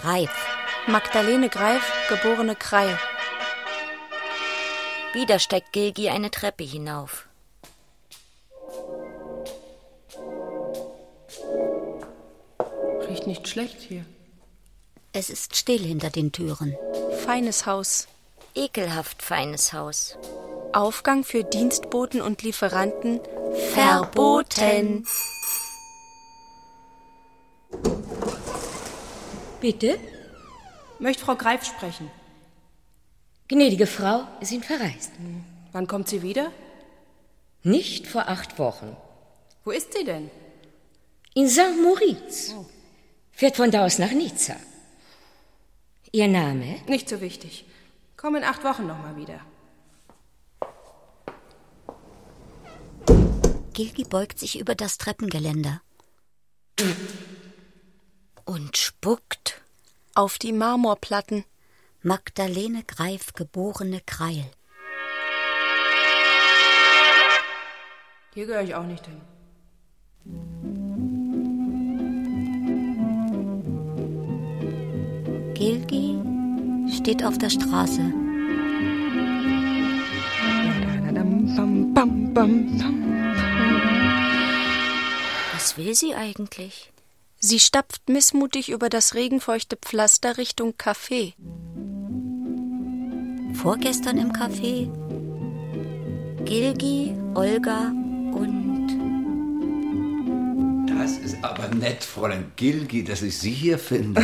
[SPEAKER 5] Greif.
[SPEAKER 3] Magdalene Greif, geborene Kreil.
[SPEAKER 2] Wieder steigt Gilgi eine Treppe hinauf.
[SPEAKER 21] Riecht nicht schlecht hier.
[SPEAKER 5] Es ist still hinter den Türen.
[SPEAKER 3] Feines Haus.
[SPEAKER 2] Ekelhaft feines Haus.
[SPEAKER 3] Aufgang für Dienstboten und Lieferanten
[SPEAKER 2] verboten.
[SPEAKER 22] Bitte?
[SPEAKER 21] Möchte Frau Greif sprechen.
[SPEAKER 22] Gnädige Frau, Sie sind verreist.
[SPEAKER 21] Wann kommt sie wieder?
[SPEAKER 22] Nicht vor acht Wochen.
[SPEAKER 21] Wo ist sie denn?
[SPEAKER 22] In St. Moritz. Oh. Fährt von da aus nach Nizza. Ihr Name?
[SPEAKER 21] Nicht so wichtig. Komm in acht Wochen nochmal wieder.
[SPEAKER 5] Gilgi beugt sich über das Treppengeländer.
[SPEAKER 2] Und spuckt
[SPEAKER 3] auf die Marmorplatten.
[SPEAKER 5] Magdalene Greif, geborene Kreil.
[SPEAKER 21] Hier gehöre ich auch nicht hin.
[SPEAKER 5] Gilgi steht auf der Straße.
[SPEAKER 2] Was will sie eigentlich?
[SPEAKER 3] Sie stapft missmutig über das regenfeuchte Pflaster Richtung Café.
[SPEAKER 5] Vorgestern im Café. Gilgi, Olga
[SPEAKER 6] das ist aber nett, Fräulein Gilgi, dass ich Sie hier finde.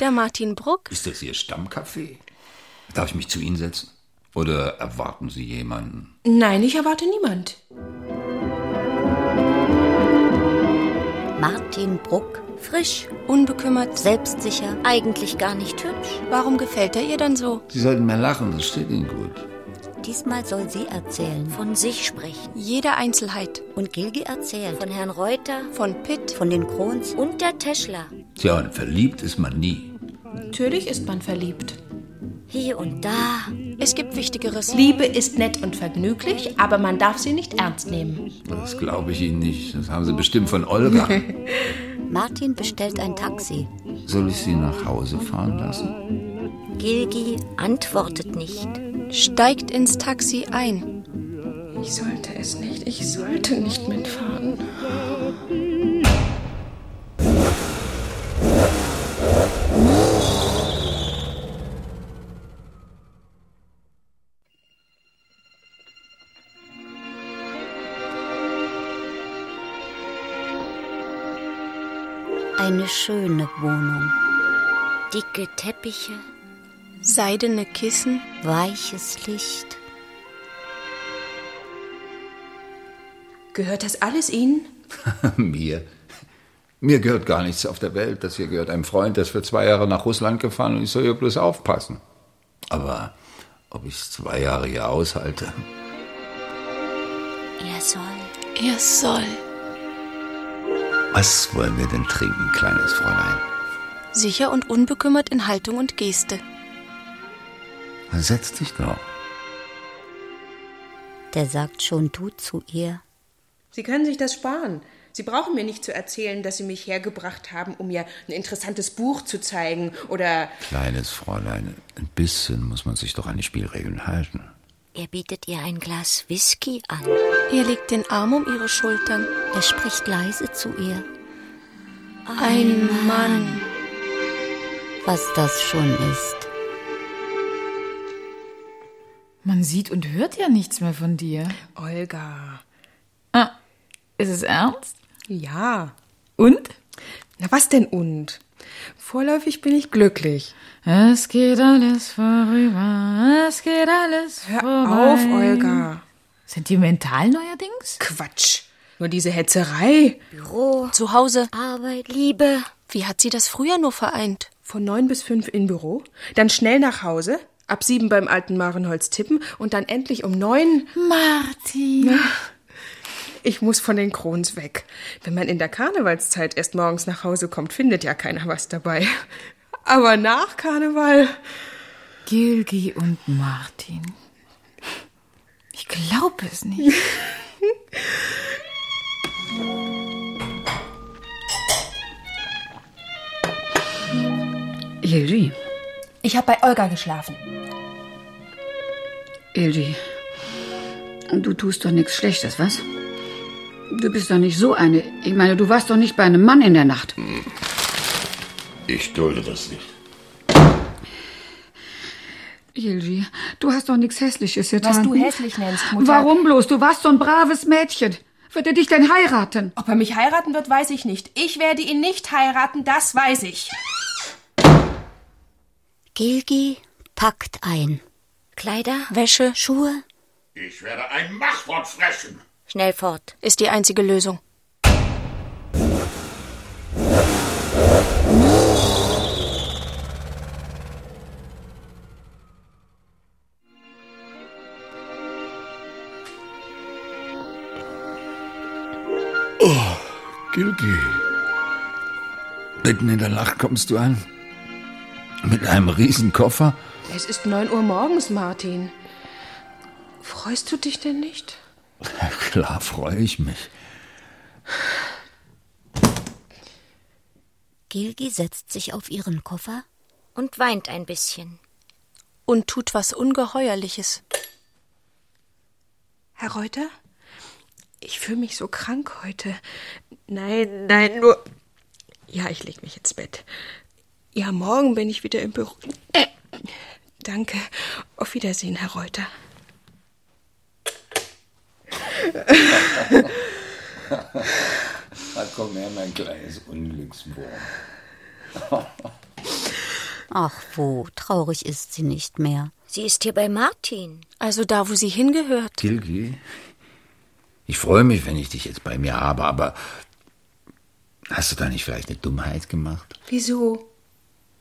[SPEAKER 3] Der Martin Bruck.
[SPEAKER 6] Ist das Ihr Stammcafé? Darf ich mich zu Ihnen setzen? Oder erwarten Sie jemanden?
[SPEAKER 21] Nein, ich erwarte niemand.
[SPEAKER 5] Martin Bruck.
[SPEAKER 3] Frisch, unbekümmert,
[SPEAKER 5] selbstsicher,
[SPEAKER 2] eigentlich gar nicht hübsch.
[SPEAKER 3] Warum gefällt er ihr dann so?
[SPEAKER 6] Sie sollten mehr lachen, das steht Ihnen gut.
[SPEAKER 5] Diesmal soll sie erzählen.
[SPEAKER 2] Von sich sprechen.
[SPEAKER 3] Jede Einzelheit.
[SPEAKER 5] Und Gilgi erzählt.
[SPEAKER 2] Von Herrn Reuter.
[SPEAKER 3] Von Pitt.
[SPEAKER 5] Von den Krons.
[SPEAKER 2] Und der Teschler.
[SPEAKER 6] Tja, und verliebt ist man nie.
[SPEAKER 21] Natürlich ist man verliebt.
[SPEAKER 2] Hier und da.
[SPEAKER 3] Es gibt Wichtigeres.
[SPEAKER 21] Liebe ist nett und vergnüglich, aber man darf sie nicht ernst nehmen.
[SPEAKER 6] Das glaube ich Ihnen nicht. Das haben Sie bestimmt von Olga.
[SPEAKER 5] Martin bestellt ein Taxi.
[SPEAKER 6] Soll ich Sie nach Hause fahren lassen?
[SPEAKER 2] Gilgi antwortet nicht
[SPEAKER 3] steigt ins Taxi ein.
[SPEAKER 21] Ich sollte es nicht, ich sollte nicht mitfahren.
[SPEAKER 5] Eine schöne Wohnung.
[SPEAKER 13] Dicke Teppiche,
[SPEAKER 3] seidene Kissen,
[SPEAKER 5] weiches Licht.
[SPEAKER 3] Gehört das alles Ihnen?
[SPEAKER 6] Mir? Mir gehört gar nichts auf der Welt. Das hier gehört einem Freund, der ist für zwei Jahre nach Russland gefahren und ich soll hier bloß aufpassen. Aber ob ich zwei Jahre hier aushalte?
[SPEAKER 13] er soll.
[SPEAKER 3] Er soll.
[SPEAKER 6] Was wollen wir denn trinken, kleines Fräulein?
[SPEAKER 3] Sicher und unbekümmert in Haltung und Geste.
[SPEAKER 6] Setz dich doch.
[SPEAKER 5] Der sagt schon du zu ihr.
[SPEAKER 8] Sie können sich das sparen. Sie brauchen mir nicht zu erzählen, dass Sie mich hergebracht haben, um mir ein interessantes Buch zu zeigen oder.
[SPEAKER 6] Kleines Fräulein, ein bisschen muss man sich doch an die Spielregeln halten.
[SPEAKER 13] Er bietet ihr ein Glas Whisky an.
[SPEAKER 3] Er legt den Arm um ihre Schultern.
[SPEAKER 5] Er spricht leise zu ihr.
[SPEAKER 3] Ein Mann.
[SPEAKER 5] Was das schon ist.
[SPEAKER 10] Man sieht und hört ja nichts mehr von dir.
[SPEAKER 8] Olga.
[SPEAKER 10] Ah, ist es ernst?
[SPEAKER 8] Ja.
[SPEAKER 10] Und?
[SPEAKER 8] Na, was denn und? Vorläufig bin ich glücklich.
[SPEAKER 10] Es geht alles vorüber. Es geht alles
[SPEAKER 8] Hör
[SPEAKER 13] Oh
[SPEAKER 10] vorbei.
[SPEAKER 8] auf, Olga.
[SPEAKER 10] Sentimental neuerdings?
[SPEAKER 8] Quatsch. Nur diese Hetzerei.
[SPEAKER 13] Büro,
[SPEAKER 3] Zu Hause.
[SPEAKER 13] Arbeit, Liebe.
[SPEAKER 3] Wie hat sie das früher nur vereint?
[SPEAKER 8] Von neun bis fünf im Büro, dann schnell nach Hause, ab sieben beim alten Marenholz tippen und dann endlich um neun.
[SPEAKER 10] Martin.
[SPEAKER 8] Ich muss von den Krons weg. Wenn man in der Karnevalszeit erst morgens nach Hause kommt, findet ja keiner was dabei. Aber nach Karneval.
[SPEAKER 10] Gilgi und Martin. Ich glaube es nicht.
[SPEAKER 1] Ildi,
[SPEAKER 23] Ich habe bei Olga geschlafen.
[SPEAKER 1] Ildi, du tust doch nichts Schlechtes, was? Du bist doch nicht so eine. Ich meine, du warst doch nicht bei einem Mann in der Nacht.
[SPEAKER 9] Ich dulde das nicht.
[SPEAKER 1] Ildi, du hast doch nichts Hässliches getan.
[SPEAKER 23] Was du hässlich nennst, Mutter.
[SPEAKER 1] Warum bloß? Du warst so ein braves Mädchen. Wird er dich denn heiraten?
[SPEAKER 8] Ob er mich heiraten wird, weiß ich nicht. Ich werde ihn nicht heiraten, das weiß ich.
[SPEAKER 5] Gilgi packt ein.
[SPEAKER 13] Kleider,
[SPEAKER 3] Wäsche
[SPEAKER 13] Schuhe.
[SPEAKER 9] Ich werde ein Machwort fressen.
[SPEAKER 13] Schnell fort.
[SPEAKER 3] ist die einzige Lösung.
[SPEAKER 6] Oh, Gilgi. Mitten in der Nacht kommst du an. Mit einem Riesenkoffer.
[SPEAKER 8] Es ist neun Uhr morgens, Martin. Freust du dich denn nicht?
[SPEAKER 6] Klar freue ich mich.
[SPEAKER 5] Gilgi setzt sich auf ihren Koffer.
[SPEAKER 13] Und weint ein bisschen.
[SPEAKER 3] Und tut was Ungeheuerliches.
[SPEAKER 8] Herr Reuter? Ich fühle mich so krank heute. Nein, nein, nur. Ja, ich leg mich ins Bett. Ja, morgen bin ich wieder im Büro. Äh, danke. Auf Wiedersehen, Herr Reuter.
[SPEAKER 6] Da kommt her, mein kleines Unglückswurm.
[SPEAKER 5] Ach wo, traurig ist sie nicht mehr.
[SPEAKER 13] Sie ist hier bei Martin.
[SPEAKER 3] Also da, wo sie hingehört.
[SPEAKER 6] Tilgi, ich freue mich, wenn ich dich jetzt bei mir habe, aber hast du da nicht vielleicht eine Dummheit gemacht?
[SPEAKER 8] Wieso?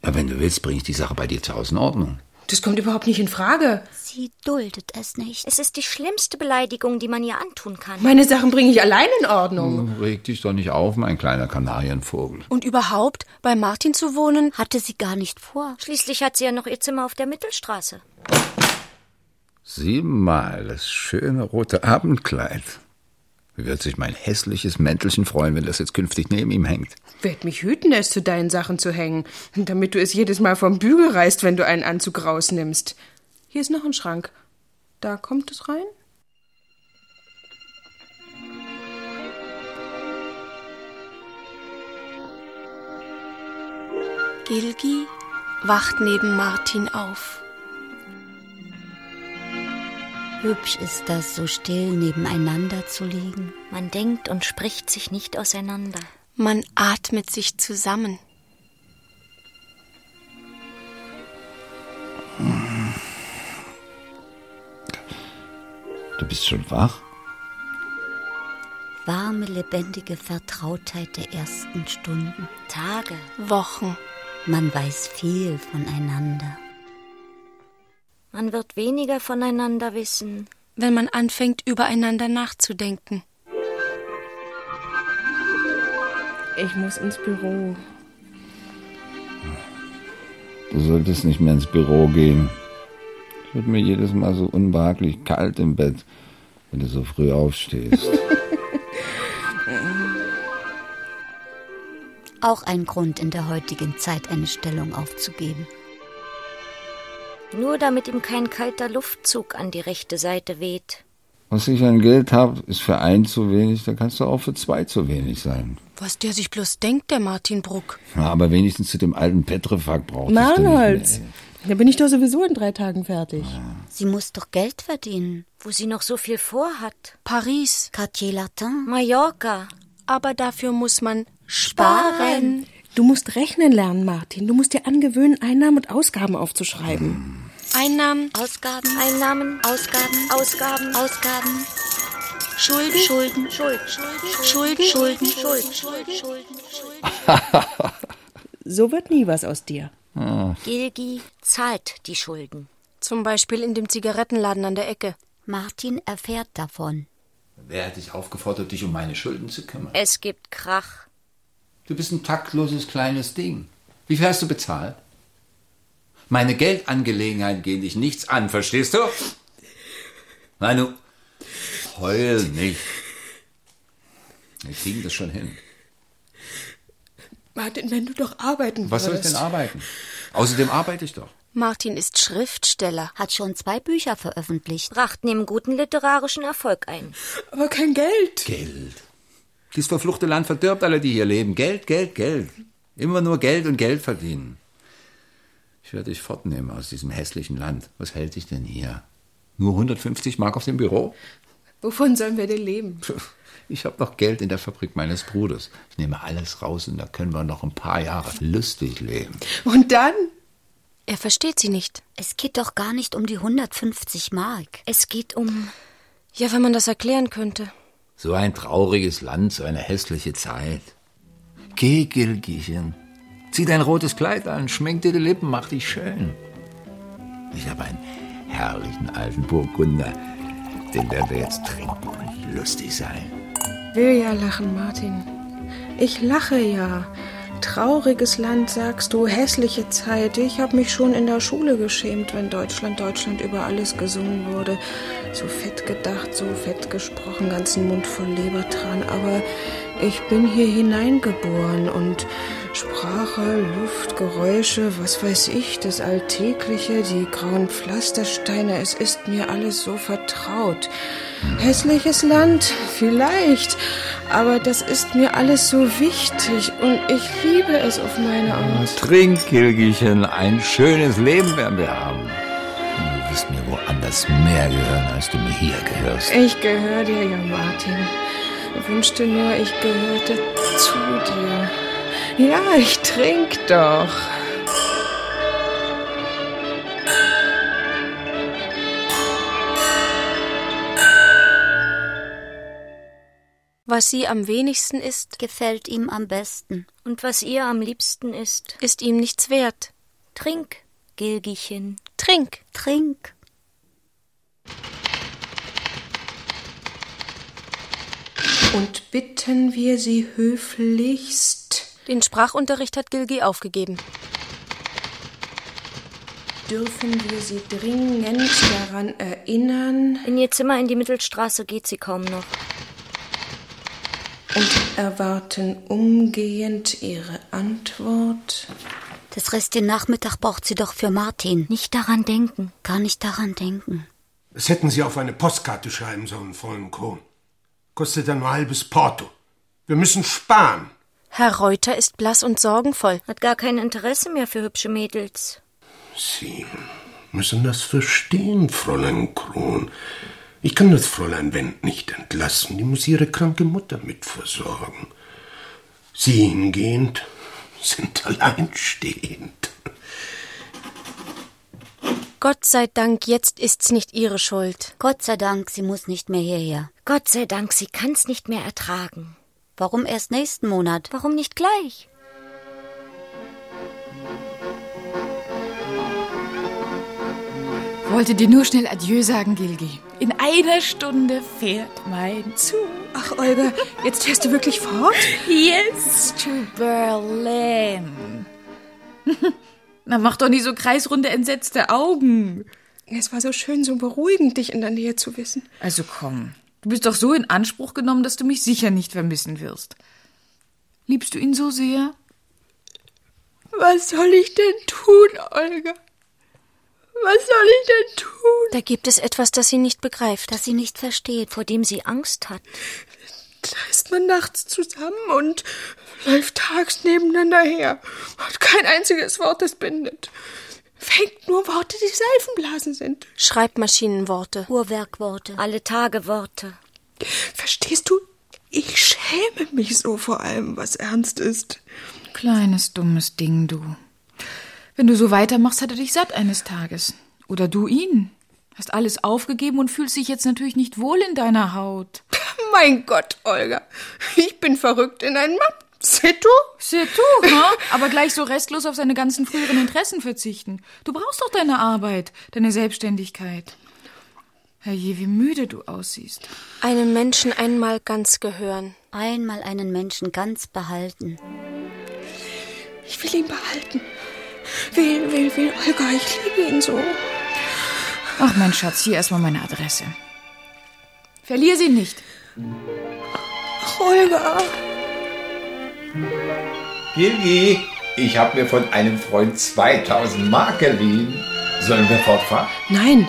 [SPEAKER 6] Ja, wenn du willst, bringe ich die Sache bei dir zu Hause in Ordnung.
[SPEAKER 8] Das kommt überhaupt nicht in Frage.
[SPEAKER 5] Sie duldet es nicht.
[SPEAKER 13] Es ist die schlimmste Beleidigung, die man ihr antun kann.
[SPEAKER 8] Meine Sachen bringe ich allein in Ordnung.
[SPEAKER 6] Reg dich doch nicht auf, mein kleiner Kanarienvogel.
[SPEAKER 3] Und überhaupt, bei Martin zu wohnen,
[SPEAKER 5] Hatte sie gar nicht vor.
[SPEAKER 13] Schließlich hat sie ja noch ihr Zimmer auf der Mittelstraße.
[SPEAKER 6] Sieh mal das schöne rote Abendkleid. Wie wird sich mein hässliches Mäntelchen freuen, wenn das jetzt künftig neben ihm hängt?
[SPEAKER 8] Werd mich hüten, es zu deinen Sachen zu hängen, damit du es jedes Mal vom Bügel reißt, wenn du einen Anzug rausnimmst. Hier ist noch ein Schrank. Da kommt es rein?
[SPEAKER 3] Gilgi wacht neben Martin auf.
[SPEAKER 5] Hübsch ist das, so still nebeneinander zu liegen.
[SPEAKER 13] Man denkt und spricht sich nicht auseinander.
[SPEAKER 3] Man atmet sich zusammen.
[SPEAKER 6] Du bist schon wach?
[SPEAKER 5] Warme, lebendige Vertrautheit der ersten Stunden. Tage.
[SPEAKER 3] Wochen.
[SPEAKER 5] Man weiß viel voneinander.
[SPEAKER 13] Man wird weniger voneinander wissen.
[SPEAKER 3] Wenn man anfängt, übereinander nachzudenken.
[SPEAKER 8] Ich muss ins Büro.
[SPEAKER 6] Du solltest nicht mehr ins Büro gehen. Es wird mir jedes Mal so unbehaglich kalt im Bett, wenn du so früh aufstehst.
[SPEAKER 5] Auch ein Grund in der heutigen Zeit, eine Stellung aufzugeben.
[SPEAKER 13] Nur damit ihm kein kalter Luftzug an die rechte Seite weht.
[SPEAKER 6] Was ich an Geld habe, ist für einen zu wenig, da kannst du auch für zwei zu wenig sein.
[SPEAKER 3] Was der sich bloß denkt, der Martin Bruck.
[SPEAKER 6] Ja, aber wenigstens zu dem alten Petrefag brauchst
[SPEAKER 8] Arnold, da bin ich doch sowieso in drei Tagen fertig.
[SPEAKER 5] Sie muss doch Geld verdienen.
[SPEAKER 13] Wo sie noch so viel vorhat.
[SPEAKER 3] Paris.
[SPEAKER 5] Cartier Latin.
[SPEAKER 13] Mallorca.
[SPEAKER 3] Aber dafür muss man sparen.
[SPEAKER 8] Sparen. Du musst rechnen lernen, Martin. Du musst dir angewöhnen, Einnahmen und Ausgaben aufzuschreiben.
[SPEAKER 3] Einnahmen,
[SPEAKER 13] Ausgaben, Einnahmen, Ausgaben, Ausgaben, Ausgaben.
[SPEAKER 3] Schulden,
[SPEAKER 13] Schulden, Schulden, Schulden, Schulden, Schulden, Schulden, Schulden.
[SPEAKER 8] So wird nie was aus dir.
[SPEAKER 13] Gilgi zahlt die Schulden.
[SPEAKER 3] Zum Beispiel in dem Zigarettenladen an der Ecke.
[SPEAKER 5] Martin erfährt davon.
[SPEAKER 6] Wer hat dich aufgefordert, dich um meine Schulden zu kümmern?
[SPEAKER 13] Es gibt Krach.
[SPEAKER 6] Du bist ein taktloses kleines Ding. Wie viel hast du bezahlt? Meine Geldangelegenheiten gehen dich nichts an, verstehst du? Nein, du heul nicht. Wir kriegen das schon hin.
[SPEAKER 8] Martin, wenn du doch arbeiten
[SPEAKER 6] Was soll ich
[SPEAKER 8] würdest.
[SPEAKER 6] denn arbeiten? Außerdem arbeite ich doch.
[SPEAKER 3] Martin ist Schriftsteller.
[SPEAKER 5] Hat schon zwei Bücher veröffentlicht.
[SPEAKER 13] Brachten ihm guten literarischen Erfolg ein.
[SPEAKER 8] Aber kein Geld.
[SPEAKER 6] Geld. Dieses verfluchte Land verdirbt alle, die hier leben. Geld, Geld, Geld. Immer nur Geld und Geld verdienen. Ich werde dich fortnehmen aus diesem hässlichen Land. Was hält dich denn hier? Nur 150 Mark auf dem Büro?
[SPEAKER 8] Wovon sollen wir denn leben?
[SPEAKER 6] Ich habe noch Geld in der Fabrik meines Bruders. Ich nehme alles raus und da können wir noch ein paar Jahre lustig leben.
[SPEAKER 8] Und dann?
[SPEAKER 3] Er versteht sie nicht.
[SPEAKER 5] Es geht doch gar nicht um die 150 Mark.
[SPEAKER 13] Es geht um.
[SPEAKER 3] Ja, wenn man das erklären könnte.
[SPEAKER 6] So ein trauriges Land, so eine hässliche Zeit. Geh, Gilgichen. Zieh dein rotes Kleid an, schmink dir die Lippen, mach dich schön. Ich habe einen herrlichen alten Burgunder. Den werden wir jetzt trinken und lustig sein.
[SPEAKER 8] Will ja lachen, Martin. Ich lache ja. Trauriges Land, sagst du, hässliche Zeit. Ich habe mich schon in der Schule geschämt, wenn Deutschland, Deutschland über alles gesungen wurde. So fett gedacht, so fett gesprochen, ganzen Mund voll Lebertran. Aber ich bin hier hineingeboren und Sprache, Luft, Geräusche, was weiß ich, das Alltägliche, die grauen Pflastersteine, es ist mir alles so vertraut. Hässliches Land, vielleicht, aber das ist mir alles so wichtig und ich liebe es auf meine Art.
[SPEAKER 6] Trink, Gilgichen, ein schönes Leben werden wir haben. Du wirst mir woanders mehr gehören, als du mir hier gehörst.
[SPEAKER 8] Ich gehöre dir ja, Martin. Wünschte nur, ich gehörte zu dir. Ja, ich trink doch.
[SPEAKER 3] Was sie am wenigsten ist,
[SPEAKER 5] Gefällt ihm am besten.
[SPEAKER 13] Und was ihr am liebsten ist.
[SPEAKER 3] ist ihm nichts wert.
[SPEAKER 13] Trink, Gilgichen.
[SPEAKER 3] Trink.
[SPEAKER 5] Trink.
[SPEAKER 8] Und bitten wir sie höflichst,
[SPEAKER 3] Den Sprachunterricht hat Gilgi aufgegeben.
[SPEAKER 8] dürfen wir sie dringend daran erinnern
[SPEAKER 13] In ihr Zimmer in die Mittelstraße geht sie kaum noch.
[SPEAKER 8] und erwarten umgehend ihre Antwort.
[SPEAKER 5] Das Rest den Nachmittag braucht sie doch für Martin.
[SPEAKER 13] Nicht daran denken.
[SPEAKER 5] Gar nicht daran denken.
[SPEAKER 9] Das hätten Sie auf eine Postkarte schreiben sollen, Fräulein Kohn. Kostet dann nur halbes Porto. Wir müssen sparen.
[SPEAKER 3] Herr Reuter ist blass und sorgenvoll.
[SPEAKER 13] Hat gar kein Interesse mehr für hübsche Mädels.
[SPEAKER 9] Sie müssen das verstehen, Fräulein Kron. Ich kann das Fräulein Wendt nicht entlassen. Die muss ihre kranke Mutter mitversorgen. Sie hingehend sind alleinstehend.
[SPEAKER 3] Gott sei Dank, jetzt ist's nicht ihre Schuld.
[SPEAKER 5] Gott sei Dank, sie muss nicht mehr hierher.
[SPEAKER 24] Gott sei Dank, sie kann's nicht mehr ertragen.
[SPEAKER 5] Warum erst nächsten Monat?
[SPEAKER 24] Warum nicht gleich?
[SPEAKER 13] Wollte dir nur schnell Adieu sagen, Gilgi. In einer Stunde fährt mein Zug.
[SPEAKER 8] Ach, Olga, jetzt fährst du wirklich fort?
[SPEAKER 13] Yes, to Berlin. Na, mach doch nicht so kreisrunde entsetzte Augen.
[SPEAKER 8] Es war so schön, so beruhigend, dich in der Nähe zu wissen.
[SPEAKER 13] Also komm, du bist doch so in Anspruch genommen, dass du mich sicher nicht vermissen wirst. Liebst du ihn so sehr?
[SPEAKER 8] Was soll ich denn tun, Olga? Was soll ich denn tun?
[SPEAKER 3] Da gibt es etwas, das sie nicht begreift.
[SPEAKER 5] Das sie nicht versteht, vor dem sie Angst hat.
[SPEAKER 8] Da ist man nachts zusammen und läuft tags nebeneinander her. Hat kein einziges Wort, das bindet. Fängt nur Worte, die Seifenblasen sind.
[SPEAKER 3] Schreibmaschinenworte.
[SPEAKER 5] Uhrwerkworte.
[SPEAKER 24] Alle Tage Worte.
[SPEAKER 8] Verstehst du? Ich schäme mich so vor allem, was ernst ist.
[SPEAKER 13] Kleines dummes Ding, du. Wenn du so weitermachst, hat er dich satt eines Tages. Oder du ihn. Hast alles aufgegeben und fühlst dich jetzt natürlich nicht wohl in deiner Haut.
[SPEAKER 8] Mein Gott, Olga. Ich bin verrückt in einen Mann. C'est tout?
[SPEAKER 13] C'est tout, ne? aber gleich so restlos auf seine ganzen früheren Interessen verzichten. Du brauchst doch deine Arbeit, deine Selbstständigkeit. Herrje, wie müde du aussiehst.
[SPEAKER 3] Einen Menschen einmal ganz gehören.
[SPEAKER 5] Einmal einen Menschen ganz behalten.
[SPEAKER 8] Ich will ihn behalten. Will, will, will, Olga, ich liebe ihn so.
[SPEAKER 13] Ach, mein Schatz, hier erstmal meine Adresse. Verlier sie nicht.
[SPEAKER 8] Ach, Olga.
[SPEAKER 25] Gilgi, ich habe mir von einem Freund 2000 Mark geliehen. Sollen wir fortfahren?
[SPEAKER 3] Nein,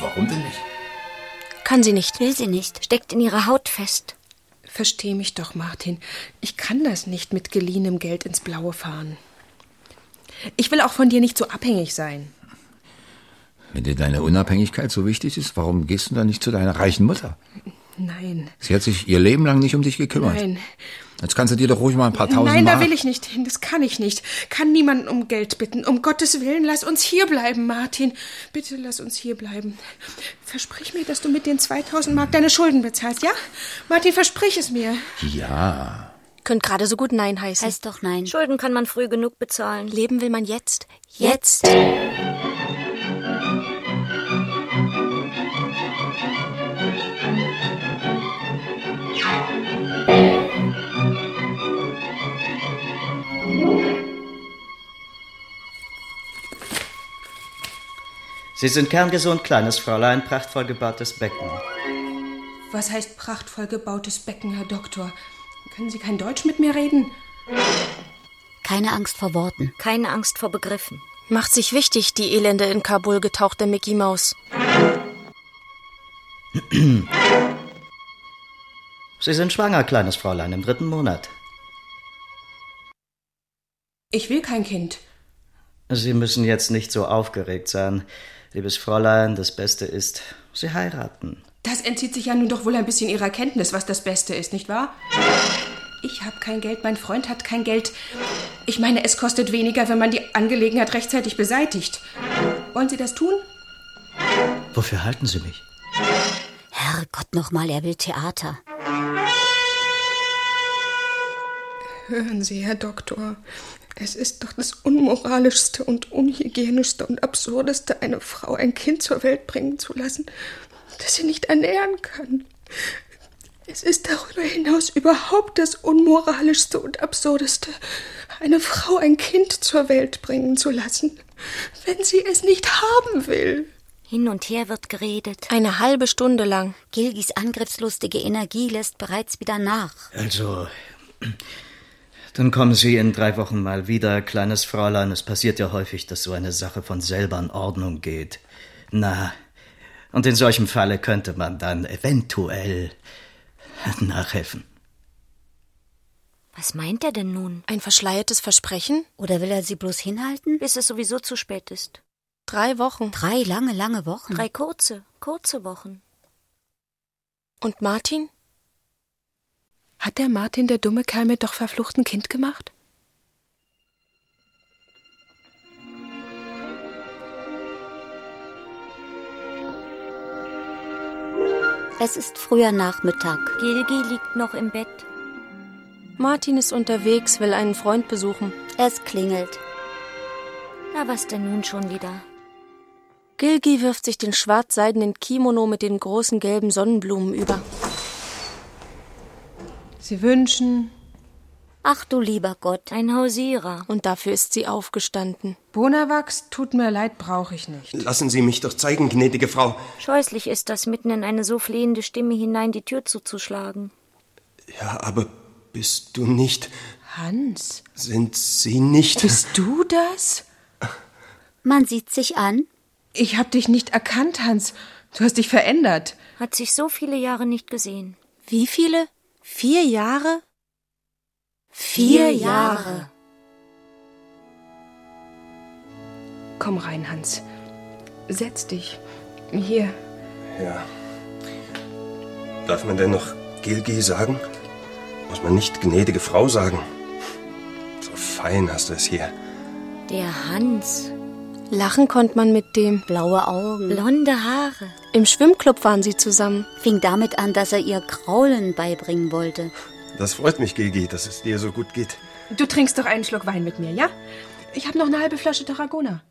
[SPEAKER 25] Warum denn nicht?
[SPEAKER 3] kann sie nicht.
[SPEAKER 5] Will sie nicht. Steckt in ihrer Haut fest.
[SPEAKER 8] Versteh mich doch, Martin. Ich kann das nicht mit geliehenem Geld ins Blaue fahren. Ich will auch von dir nicht so abhängig sein.
[SPEAKER 6] Wenn dir deine Unabhängigkeit so wichtig ist, warum gehst du dann nicht zu deiner reichen Mutter?
[SPEAKER 8] Nein.
[SPEAKER 6] Sie hat sich ihr Leben lang nicht um dich gekümmert.
[SPEAKER 8] Nein.
[SPEAKER 6] Jetzt kannst du dir doch ruhig mal ein paar tausend
[SPEAKER 8] Nein,
[SPEAKER 6] Mark...
[SPEAKER 8] da will ich nicht hin. Das kann ich nicht. Kann niemanden um Geld bitten. Um Gottes Willen, lass uns hier bleiben, Martin. Bitte lass uns hier bleiben. Versprich mir, dass du mit den 2000 Mark deine Schulden bezahlst, ja? Martin, versprich es mir.
[SPEAKER 6] Ja.
[SPEAKER 3] Könnt gerade so gut Nein heißen.
[SPEAKER 5] Heißt doch nein.
[SPEAKER 24] Schulden kann man früh genug bezahlen.
[SPEAKER 3] Leben will man jetzt.
[SPEAKER 24] Jetzt.
[SPEAKER 10] Sie sind kerngesund, kleines Fräulein, prachtvoll gebautes Becken.
[SPEAKER 8] Was heißt prachtvoll gebautes Becken, Herr Doktor? Können Sie kein Deutsch mit mir reden?
[SPEAKER 5] Keine Angst vor Worten.
[SPEAKER 24] Keine Angst vor Begriffen.
[SPEAKER 3] Macht sich wichtig, die elende in Kabul getauchte Mickey Maus.
[SPEAKER 10] Sie sind schwanger, kleines Fräulein, im dritten Monat.
[SPEAKER 8] Ich will kein Kind.
[SPEAKER 10] Sie müssen jetzt nicht so aufgeregt sein. Liebes Fräulein, das Beste ist, Sie heiraten.
[SPEAKER 8] Das entzieht sich ja nun doch wohl ein bisschen Ihrer Kenntnis, was das Beste ist, nicht wahr? Ich habe kein Geld, mein Freund hat kein Geld. Ich meine, es kostet weniger, wenn man die Angelegenheit rechtzeitig beseitigt. Wollen Sie das tun?
[SPEAKER 10] Wofür halten Sie mich?
[SPEAKER 5] Herrgott nochmal, er will Theater.
[SPEAKER 8] Hören Sie, Herr Doktor, es ist doch das Unmoralischste und Unhygienischste und Absurdeste, eine Frau ein Kind zur Welt bringen zu lassen, das sie nicht ernähren kann. Es ist darüber hinaus überhaupt das Unmoralischste und Absurdeste, eine Frau ein Kind zur Welt bringen zu lassen, wenn sie es nicht haben will.
[SPEAKER 5] Hin und her wird geredet.
[SPEAKER 3] Eine halbe Stunde lang.
[SPEAKER 5] Gilgis angriffslustige Energie lässt bereits wieder nach.
[SPEAKER 10] Also, dann kommen Sie in drei Wochen mal wieder, kleines Fräulein. Es passiert ja häufig, dass so eine Sache von selber in Ordnung geht. Na, und in solchem Falle könnte man dann eventuell nachhelfen.
[SPEAKER 5] Was meint er denn nun?
[SPEAKER 3] Ein verschleiertes Versprechen?
[SPEAKER 5] Oder will er sie bloß hinhalten?
[SPEAKER 24] Bis es sowieso zu spät ist.
[SPEAKER 3] Drei Wochen.
[SPEAKER 5] Drei lange, lange Wochen.
[SPEAKER 24] Drei kurze, kurze Wochen.
[SPEAKER 3] Und Martin?
[SPEAKER 21] Hat der Martin der dumme Kerl mir doch verfluchten Kind gemacht?
[SPEAKER 5] Es ist früher Nachmittag.
[SPEAKER 13] Gilgi liegt noch im Bett.
[SPEAKER 3] Martin ist unterwegs, will einen Freund besuchen.
[SPEAKER 5] Es klingelt.
[SPEAKER 13] Na, was denn nun schon wieder?
[SPEAKER 3] Gilgi wirft sich den schwarzseidenen Kimono mit den großen gelben Sonnenblumen über.
[SPEAKER 21] Sie wünschen.
[SPEAKER 13] Ach du lieber Gott, ein Hausierer.
[SPEAKER 3] Und dafür ist sie aufgestanden.
[SPEAKER 21] Bonawachs, tut mir leid, brauche ich nicht.
[SPEAKER 9] Lassen Sie mich doch zeigen, gnädige Frau.
[SPEAKER 13] Scheußlich ist das, mitten in eine so flehende Stimme hinein die Tür zuzuschlagen.
[SPEAKER 9] Ja, aber bist du nicht.
[SPEAKER 21] Hans?
[SPEAKER 9] Sind Sie nicht.
[SPEAKER 21] Bist du das?
[SPEAKER 5] Man sieht sich an.
[SPEAKER 21] Ich hab dich nicht erkannt, Hans. Du hast dich verändert.
[SPEAKER 13] Hat sich so viele Jahre nicht gesehen.
[SPEAKER 3] Wie viele? Vier Jahre?
[SPEAKER 13] Vier Jahre.
[SPEAKER 21] Komm rein, Hans. Setz dich. Hier.
[SPEAKER 9] Ja. Darf man denn noch Gilgi sagen? Muss man nicht gnädige Frau sagen? So fein hast du es hier.
[SPEAKER 13] Der Hans.
[SPEAKER 3] Lachen konnte man mit dem.
[SPEAKER 5] Blaue Augen.
[SPEAKER 13] Blonde Haare.
[SPEAKER 3] Im Schwimmclub waren sie zusammen.
[SPEAKER 5] Fing damit an, dass er ihr Kraulen beibringen wollte.
[SPEAKER 9] Das freut mich, Gilgi, dass es dir so gut geht.
[SPEAKER 21] Du trinkst doch einen Schluck Wein mit mir, ja? Ich habe noch eine halbe Flasche Tarragona.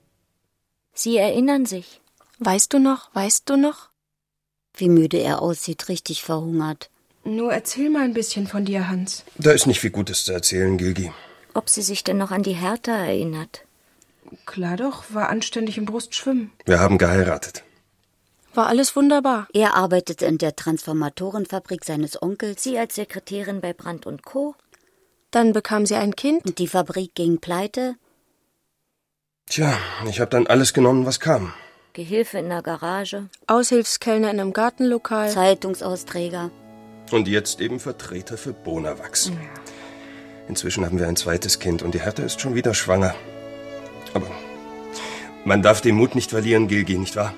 [SPEAKER 13] Sie erinnern sich.
[SPEAKER 3] Weißt du noch, weißt du noch?
[SPEAKER 5] Wie müde er aussieht, richtig verhungert.
[SPEAKER 21] Nur erzähl mal ein bisschen von dir, Hans.
[SPEAKER 9] Da ist nicht viel Gutes zu erzählen, Gilgi.
[SPEAKER 13] Ob sie sich denn noch an die Hertha erinnert?
[SPEAKER 21] Klar doch, war anständig im Brustschwimmen.
[SPEAKER 9] Wir haben geheiratet.
[SPEAKER 3] War alles wunderbar.
[SPEAKER 5] Er arbeitet in der Transformatorenfabrik seines Onkels.
[SPEAKER 13] Sie als Sekretärin bei Brandt und Co.
[SPEAKER 3] Dann bekam sie ein Kind.
[SPEAKER 5] Und die Fabrik ging pleite.
[SPEAKER 9] Tja, ich habe dann alles genommen, was kam.
[SPEAKER 13] Gehilfe in der Garage.
[SPEAKER 3] Aushilfskellner in einem Gartenlokal.
[SPEAKER 5] Zeitungsausträger.
[SPEAKER 9] Und jetzt eben Vertreter für Bonawachs. Inzwischen haben wir ein zweites Kind und die Hertha ist schon wieder schwanger. Aber man darf den Mut nicht verlieren, Gilgi, nicht wahr?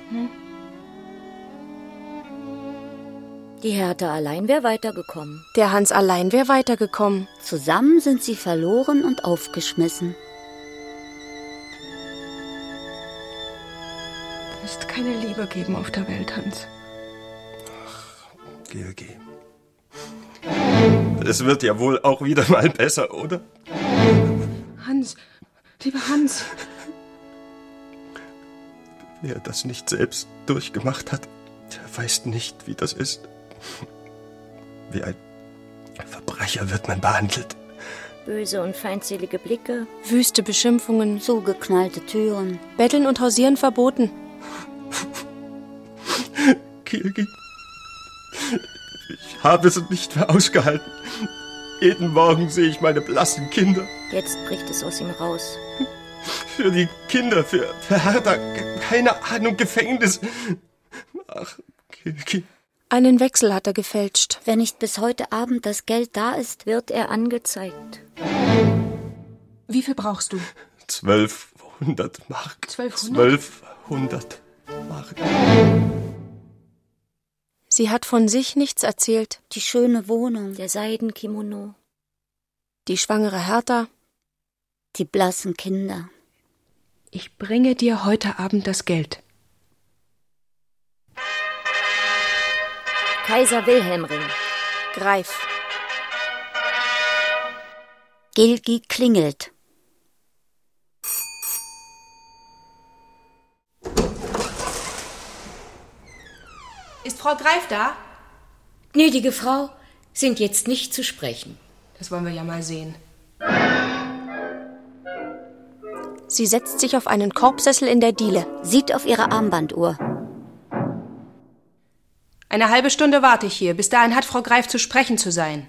[SPEAKER 13] Die Hertha allein wäre weitergekommen.
[SPEAKER 3] Der Hans allein wäre weitergekommen.
[SPEAKER 5] Zusammen sind sie verloren und aufgeschmissen.
[SPEAKER 21] Es wird keine Liebe geben auf der Welt, Hans.
[SPEAKER 9] Gilgi. Es wird ja wohl auch wieder mal besser, oder?
[SPEAKER 21] Hans, lieber Hans,
[SPEAKER 9] Wer das nicht selbst durchgemacht hat, der weiß nicht, wie das ist. Wie ein Verbrecher wird man behandelt.
[SPEAKER 13] Böse und feindselige Blicke.
[SPEAKER 3] Wüste Beschimpfungen.
[SPEAKER 5] Zugeknallte Türen.
[SPEAKER 3] Betteln und Hausieren verboten.
[SPEAKER 9] Kirgi, ich habe es nicht mehr ausgehalten. Jeden Morgen sehe ich meine blassen Kinder.
[SPEAKER 13] Jetzt bricht es aus ihm raus.
[SPEAKER 9] Für die Kinder, für, für Hertha, keine Ahnung, Gefängnis. Ach, Kirgi.
[SPEAKER 3] Einen Wechsel hat er gefälscht.
[SPEAKER 5] Wenn nicht bis heute Abend das Geld da ist,
[SPEAKER 13] Wird er angezeigt.
[SPEAKER 21] wie viel brauchst du?
[SPEAKER 9] 1200 Mark.
[SPEAKER 21] 1200?
[SPEAKER 9] 1200 Mark.
[SPEAKER 3] Sie hat von sich nichts erzählt.
[SPEAKER 5] Die schöne Wohnung.
[SPEAKER 13] Der Seidenkimono.
[SPEAKER 3] Die schwangere Hertha.
[SPEAKER 5] Die blassen Kinder.
[SPEAKER 21] Ich bringe dir heute Abend das Geld.
[SPEAKER 2] Kaiser Wilhelm Ring.
[SPEAKER 3] Greif.
[SPEAKER 5] Gilgi klingelt.
[SPEAKER 26] Ist Frau Greif da?
[SPEAKER 22] Gnädige Frau, sind jetzt nicht zu sprechen.
[SPEAKER 26] Das wollen wir ja mal sehen.
[SPEAKER 3] Sie setzt sich auf einen Korbsessel in der Diele.
[SPEAKER 5] Sieht auf ihre Armbanduhr.
[SPEAKER 26] Eine halbe Stunde warte ich hier. Bis dahin hat Frau Greif zu sprechen zu sein.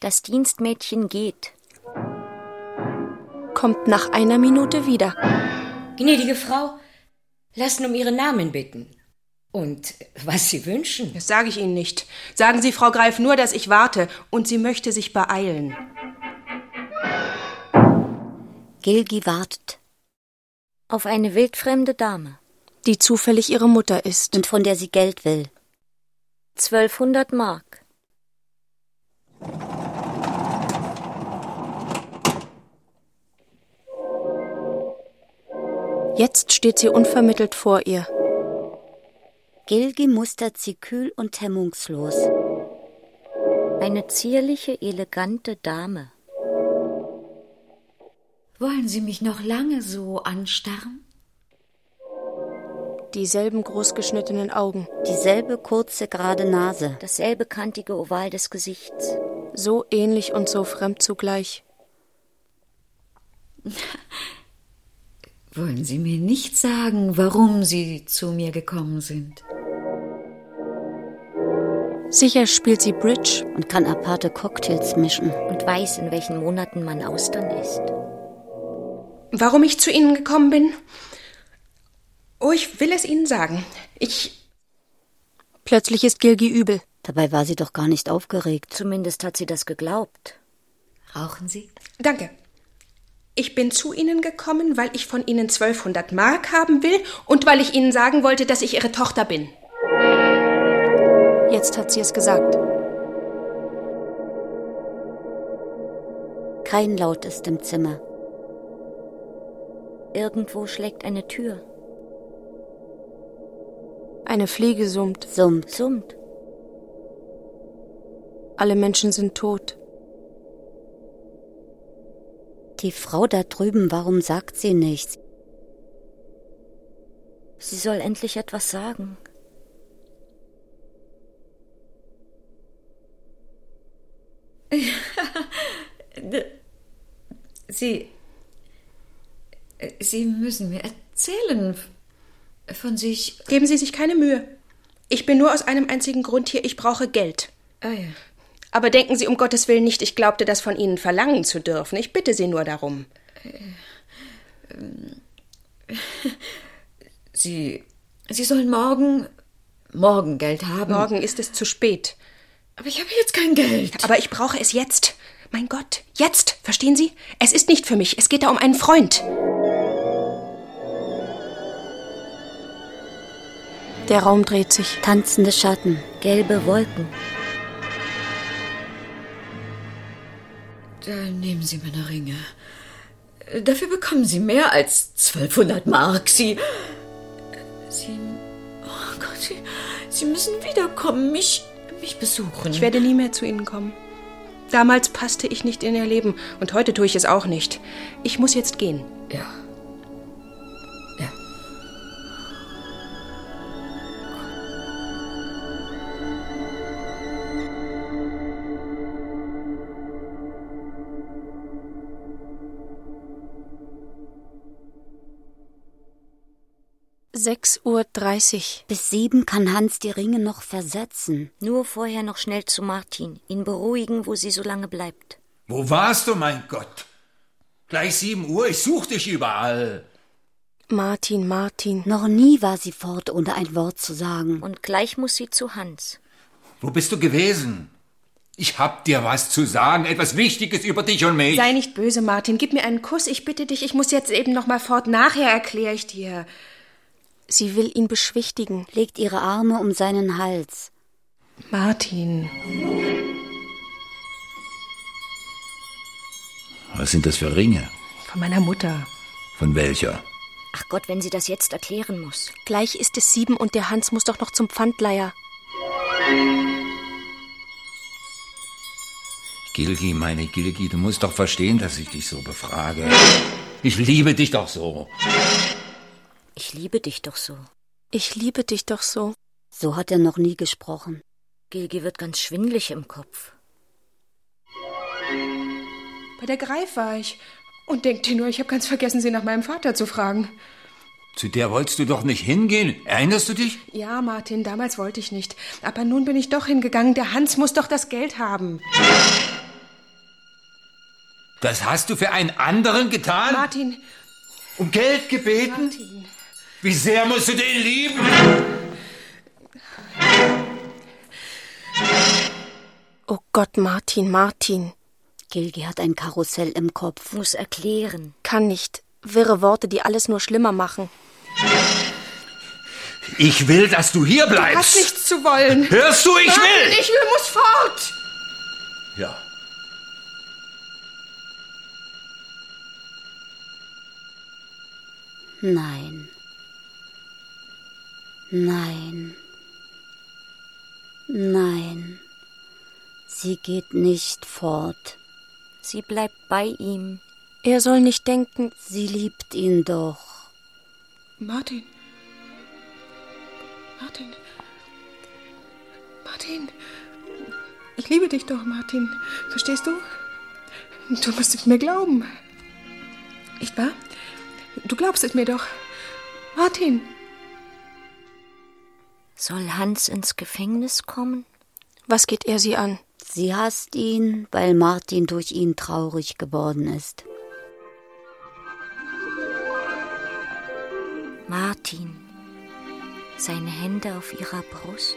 [SPEAKER 13] Das Dienstmädchen geht.
[SPEAKER 3] Kommt nach einer Minute wieder.
[SPEAKER 22] Gnädige Frau, lassen um Ihren Namen bitten. Und was Sie wünschen.
[SPEAKER 26] Das sage ich Ihnen nicht. Sagen Sie Frau Greif nur, dass ich warte und sie möchte sich beeilen.
[SPEAKER 5] Gilgi wartet.
[SPEAKER 13] Auf eine wildfremde Dame.
[SPEAKER 3] Die zufällig ihre Mutter ist.
[SPEAKER 5] Und von der sie Geld will.
[SPEAKER 13] 1200 Mark.
[SPEAKER 3] Jetzt steht sie unvermittelt vor ihr.
[SPEAKER 5] Gilgi mustert sie kühl und hemmungslos.
[SPEAKER 13] Eine zierliche, elegante Dame.
[SPEAKER 2] Wollen Sie mich noch lange so anstarren?
[SPEAKER 3] Dieselben großgeschnittenen Augen.
[SPEAKER 5] Dieselbe kurze, gerade Nase.
[SPEAKER 13] Dasselbe kantige Oval des Gesichts.
[SPEAKER 3] So ähnlich und so fremd zugleich.
[SPEAKER 2] Wollen Sie mir nicht sagen, warum Sie zu mir gekommen sind?
[SPEAKER 3] Sicher spielt sie Bridge
[SPEAKER 5] und kann aparte Cocktails mischen
[SPEAKER 13] und weiß, in welchen Monaten man Austern isst.
[SPEAKER 8] Warum ich zu Ihnen gekommen bin? Oh, ich will es Ihnen sagen. Ich.
[SPEAKER 3] Plötzlich ist Gilgi übel.
[SPEAKER 5] Dabei war sie doch gar nicht aufgeregt.
[SPEAKER 13] Zumindest hat sie das geglaubt.
[SPEAKER 2] Rauchen Sie?
[SPEAKER 8] Danke. Ich bin zu Ihnen gekommen, weil ich von Ihnen 1200 Mark haben will und weil ich Ihnen sagen wollte, dass ich Ihre Tochter bin.
[SPEAKER 3] Jetzt hat sie es gesagt.
[SPEAKER 5] Kein Laut ist im Zimmer.
[SPEAKER 13] Irgendwo schlägt eine Tür.
[SPEAKER 3] Eine Fliege summt.
[SPEAKER 5] Summt.
[SPEAKER 13] Summt.
[SPEAKER 3] Alle Menschen sind tot.
[SPEAKER 5] Die Frau da drüben, warum sagt sie nichts?
[SPEAKER 13] Sie soll endlich etwas sagen.
[SPEAKER 2] Sie. Sie müssen mir erzählen von sich.
[SPEAKER 8] Geben Sie sich keine Mühe. Ich bin nur aus einem einzigen Grund hier, ich brauche Geld.
[SPEAKER 2] Ah ja.
[SPEAKER 8] Aber denken Sie um Gottes Willen nicht, ich glaubte das von Ihnen verlangen zu dürfen. Ich bitte Sie nur darum.
[SPEAKER 2] Äh, Sie. Sie sollen morgen. morgen Geld haben.
[SPEAKER 8] Morgen ist es zu spät.
[SPEAKER 2] Aber ich habe jetzt kein Geld.
[SPEAKER 8] Aber ich brauche es jetzt. Mein Gott, jetzt, verstehen Sie? Es ist nicht für mich, es geht da um einen Freund.
[SPEAKER 3] Der Raum dreht sich.
[SPEAKER 5] Tanzende Schatten,
[SPEAKER 13] gelbe Wolken.
[SPEAKER 2] Dann Äh, nehmen Sie meine Ringe. Dafür bekommen Sie mehr als 1200 Mark. Sie. Sie. Oh Gott, Sie, Sie müssen wiederkommen, mich, mich besuchen.
[SPEAKER 8] Ich werde nie mehr zu Ihnen kommen. Damals passte ich nicht in Ihr Leben und heute tue ich es auch nicht. Ich muss jetzt gehen.
[SPEAKER 2] Ja.
[SPEAKER 3] Sechs Uhr. dreißig.
[SPEAKER 5] Bis sieben kann Hans die Ringe noch versetzen.
[SPEAKER 13] Nur vorher noch schnell zu Martin, ihn beruhigen, wo sie so lange bleibt.
[SPEAKER 27] Wo warst du, mein Gott? Gleich sieben Uhr, ich such dich überall.
[SPEAKER 3] Martin, Martin.
[SPEAKER 5] Noch nie war sie fort, ohne ein Wort zu sagen.
[SPEAKER 13] Und gleich muss sie zu Hans.
[SPEAKER 27] Wo bist du gewesen? Ich hab dir was zu sagen, etwas Wichtiges über dich und mich.
[SPEAKER 8] Sei nicht böse, Martin. Gib mir einen Kuss, ich bitte dich. Ich muss jetzt eben noch mal fort. Nachher erkläre ich dir.
[SPEAKER 3] Sie will ihn beschwichtigen,
[SPEAKER 5] legt ihre Arme um seinen Hals.
[SPEAKER 8] Martin.
[SPEAKER 6] Was sind das für Ringe?
[SPEAKER 8] Von meiner Mutter.
[SPEAKER 6] Von welcher?
[SPEAKER 13] Ach Gott, wenn sie das jetzt erklären muss.
[SPEAKER 3] Gleich ist es sieben und der Hans muss doch noch zum Pfandleier.
[SPEAKER 6] Gilgi, meine Gilgi, du musst doch verstehen, dass ich dich so befrage. Ich liebe dich doch so.
[SPEAKER 13] Ich liebe dich doch so.
[SPEAKER 3] Ich liebe dich doch so.
[SPEAKER 5] So hat er noch nie gesprochen.
[SPEAKER 13] Gilgi wird ganz schwindlig im Kopf.
[SPEAKER 8] Bei der Greif war ich. Und denkt ihr nur, ich habe ganz vergessen, sie nach meinem Vater zu fragen.
[SPEAKER 27] Zu der wolltest du doch nicht hingehen. Erinnerst du dich?
[SPEAKER 8] Ja, Martin, damals wollte ich nicht. Aber nun bin ich doch hingegangen. Der Hans muss doch das Geld haben.
[SPEAKER 27] Das hast du für einen anderen getan?
[SPEAKER 8] Martin.
[SPEAKER 27] Um Geld gebeten? Martin. Wie sehr musst du den lieben?
[SPEAKER 3] Oh Gott, Martin, Martin.
[SPEAKER 5] Gilgi hat ein Karussell im Kopf.
[SPEAKER 13] Muss erklären.
[SPEAKER 3] Kann nicht. Wirre Worte, die alles nur schlimmer machen.
[SPEAKER 27] Ich will, dass du hier bleibst.
[SPEAKER 8] Du hast nichts zu wollen.
[SPEAKER 27] Hörst du, ich
[SPEAKER 8] Martin,
[SPEAKER 27] will.
[SPEAKER 8] Ich will, muss fort.
[SPEAKER 6] Ja.
[SPEAKER 5] Nein. Nein. Nein. Sie geht nicht fort. Sie bleibt bei ihm.
[SPEAKER 3] Er soll nicht denken,
[SPEAKER 5] sie liebt ihn doch.
[SPEAKER 28] Martin. Martin. Martin. Ich liebe dich doch, Martin. Verstehst du? Du musst es mir glauben. Nicht wahr? Du glaubst es mir doch. Martin.
[SPEAKER 5] Soll Hans ins Gefängnis kommen?
[SPEAKER 3] Was geht er sie an?
[SPEAKER 5] Sie hasst ihn, weil Martin durch ihn traurig geworden ist.
[SPEAKER 13] Martin.
[SPEAKER 5] Seine Hände auf ihrer Brust,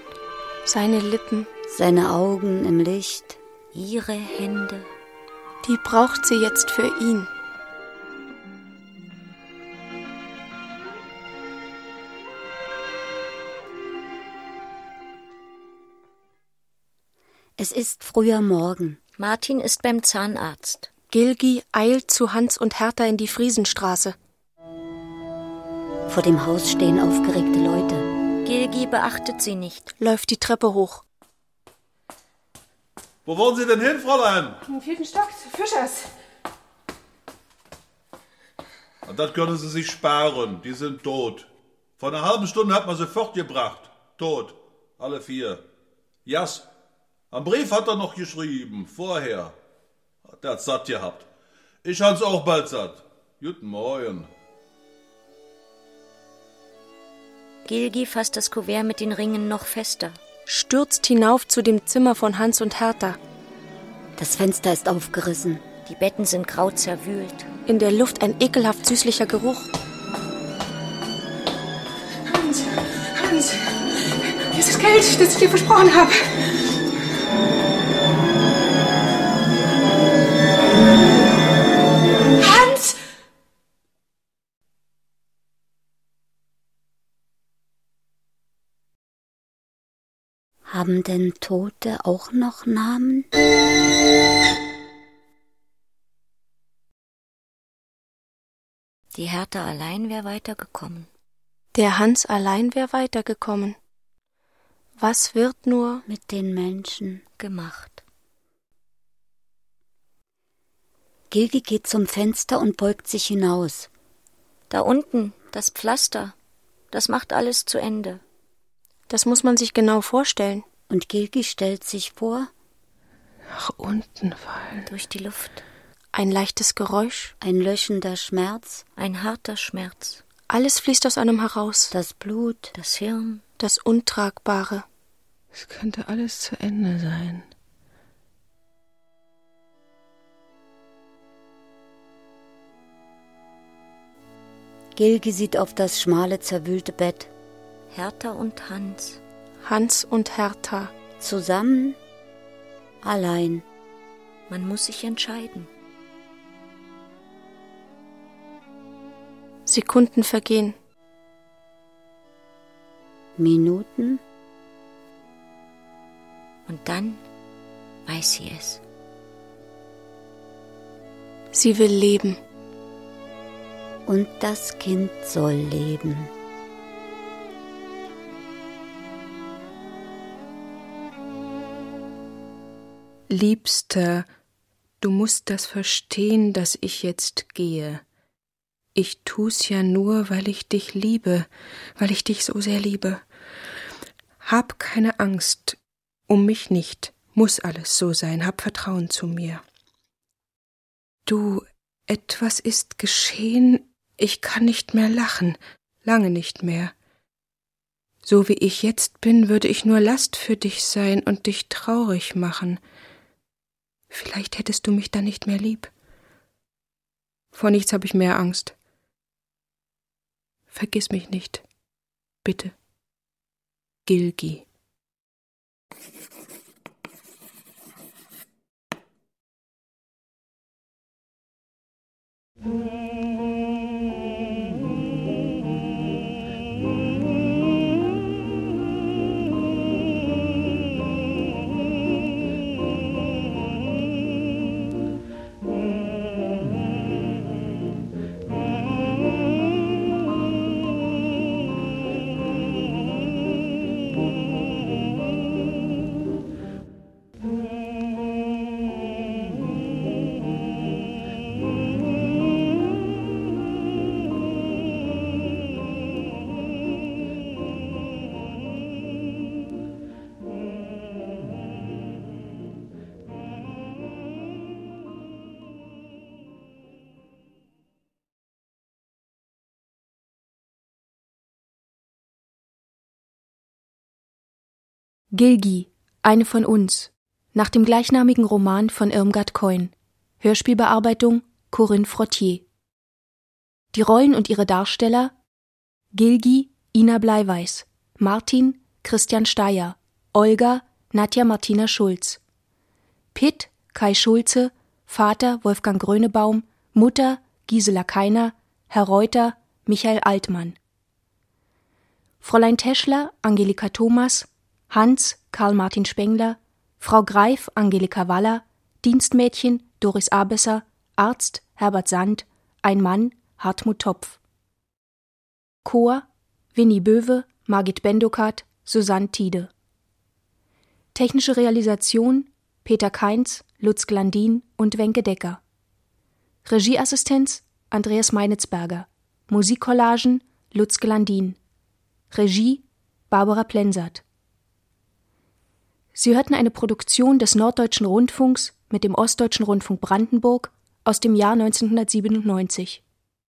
[SPEAKER 3] seine Lippen,
[SPEAKER 5] seine Augen im Licht,
[SPEAKER 13] ihre Hände.
[SPEAKER 3] die braucht sie jetzt für ihn.
[SPEAKER 5] Es ist früher Morgen.
[SPEAKER 13] Martin ist beim Zahnarzt.
[SPEAKER 3] Gilgi eilt zu Hans und Hertha in die Friesenstraße.
[SPEAKER 5] Vor dem Haus stehen aufgeregte Leute.
[SPEAKER 13] Gilgi beachtet sie nicht.
[SPEAKER 3] Läuft die Treppe hoch.
[SPEAKER 9] Wo wollen Sie denn hin, Fräulein?
[SPEAKER 29] Im vierten Stock, zu Fischers.
[SPEAKER 9] Und das können Sie sich sparen. Die sind tot. Vor einer halben Stunde hat man sie fortgebracht. Tot. Alle vier. Jas. Am Brief hat er noch geschrieben. Vorher. Hat er satt gehabt. Ich hans auch bald satt. Guten Morgen.
[SPEAKER 13] Gilgi fasst das Kuvert mit den Ringen noch fester.
[SPEAKER 3] Stürzt hinauf zu dem Zimmer von Hans und Hertha.
[SPEAKER 5] Das Fenster ist aufgerissen.
[SPEAKER 13] Die Betten sind grau zerwühlt.
[SPEAKER 3] In der Luft ein ekelhaft süßlicher Geruch.
[SPEAKER 8] Hans, Hans, hier ist das Geld, das ich dir versprochen habe.
[SPEAKER 30] Hans!
[SPEAKER 5] Haben denn Tote auch noch Namen?
[SPEAKER 13] Die Hertha allein wäre weitergekommen.
[SPEAKER 3] Der Hans allein wäre weitergekommen. Was wird nur
[SPEAKER 5] mit den Menschen
[SPEAKER 13] gemacht?
[SPEAKER 5] Gilgi geht zum Fenster und beugt sich hinaus.
[SPEAKER 13] Da unten, das Pflaster. Das macht alles zu Ende.
[SPEAKER 3] Das muss man sich genau vorstellen.
[SPEAKER 5] Und Gilgi stellt sich vor.
[SPEAKER 8] Nach unten fallen.
[SPEAKER 13] Durch die Luft.
[SPEAKER 3] Ein leichtes Geräusch.
[SPEAKER 5] Ein löschender Schmerz.
[SPEAKER 13] Ein harter Schmerz.
[SPEAKER 3] Alles fließt aus einem heraus.
[SPEAKER 5] Das Blut.
[SPEAKER 13] Das Hirn.
[SPEAKER 3] Das Untragbare.
[SPEAKER 8] Es könnte alles zu Ende sein.
[SPEAKER 5] Gilgi sieht auf das schmale, zerwühlte Bett.
[SPEAKER 13] Hertha und Hans.
[SPEAKER 3] Hans und Hertha.
[SPEAKER 5] Zusammen. Allein.
[SPEAKER 13] Man muss sich entscheiden.
[SPEAKER 3] Sekunden vergehen.
[SPEAKER 5] Minuten.
[SPEAKER 13] Und dann weiß sie es.
[SPEAKER 3] Sie will leben.
[SPEAKER 5] Und das Kind soll leben.
[SPEAKER 8] Liebster, du musst das verstehen, dass ich jetzt gehe. Ich tu's ja nur, weil ich dich liebe, weil ich dich so sehr liebe. Hab keine Angst, um mich nicht, muss alles so sein, hab Vertrauen zu mir. Du, etwas ist geschehen, ich kann nicht mehr lachen, lange nicht mehr. So wie ich jetzt bin, würde ich nur Last für dich sein und dich traurig machen. Vielleicht hättest du mich dann nicht mehr lieb. Vor nichts habe ich mehr Angst. Vergiss mich nicht. Bitte. Gilgi.
[SPEAKER 3] Gilgi, eine von uns. Nach dem gleichnamigen Roman von Irmgard Coyne. Hörspielbearbeitung Corinne Frottier. Die Rollen und ihre Darsteller Gilgi, Ina Bleiweiß, Martin, Christian Steyer, Olga, Nadja Martina Schulz, Pitt, Kai Schulze, Vater Wolfgang Grönebaum, Mutter Gisela Keiner, Herr Reuter, Michael Altmann. Fräulein Teschler, Angelika Thomas, Hans, Karl-Martin Spengler, Frau Greif, Angelika Waller, Dienstmädchen, Doris Abesser, Arzt, Herbert Sand, ein Mann, Hartmut Topf. Chor, Winnie Böwe, Margit Bendokat, Susanne Tiede. Technische Realisation, Peter Keinz, Lutz Glandin und Wenke Decker. Regieassistenz, Andreas Meinitzberger. Musikcollagen, Lutz Glandin. Regie, Barbara Plensert. Sie hörten eine Produktion des Norddeutschen Rundfunks mit dem Ostdeutschen Rundfunk Brandenburg aus dem Jahr 1997.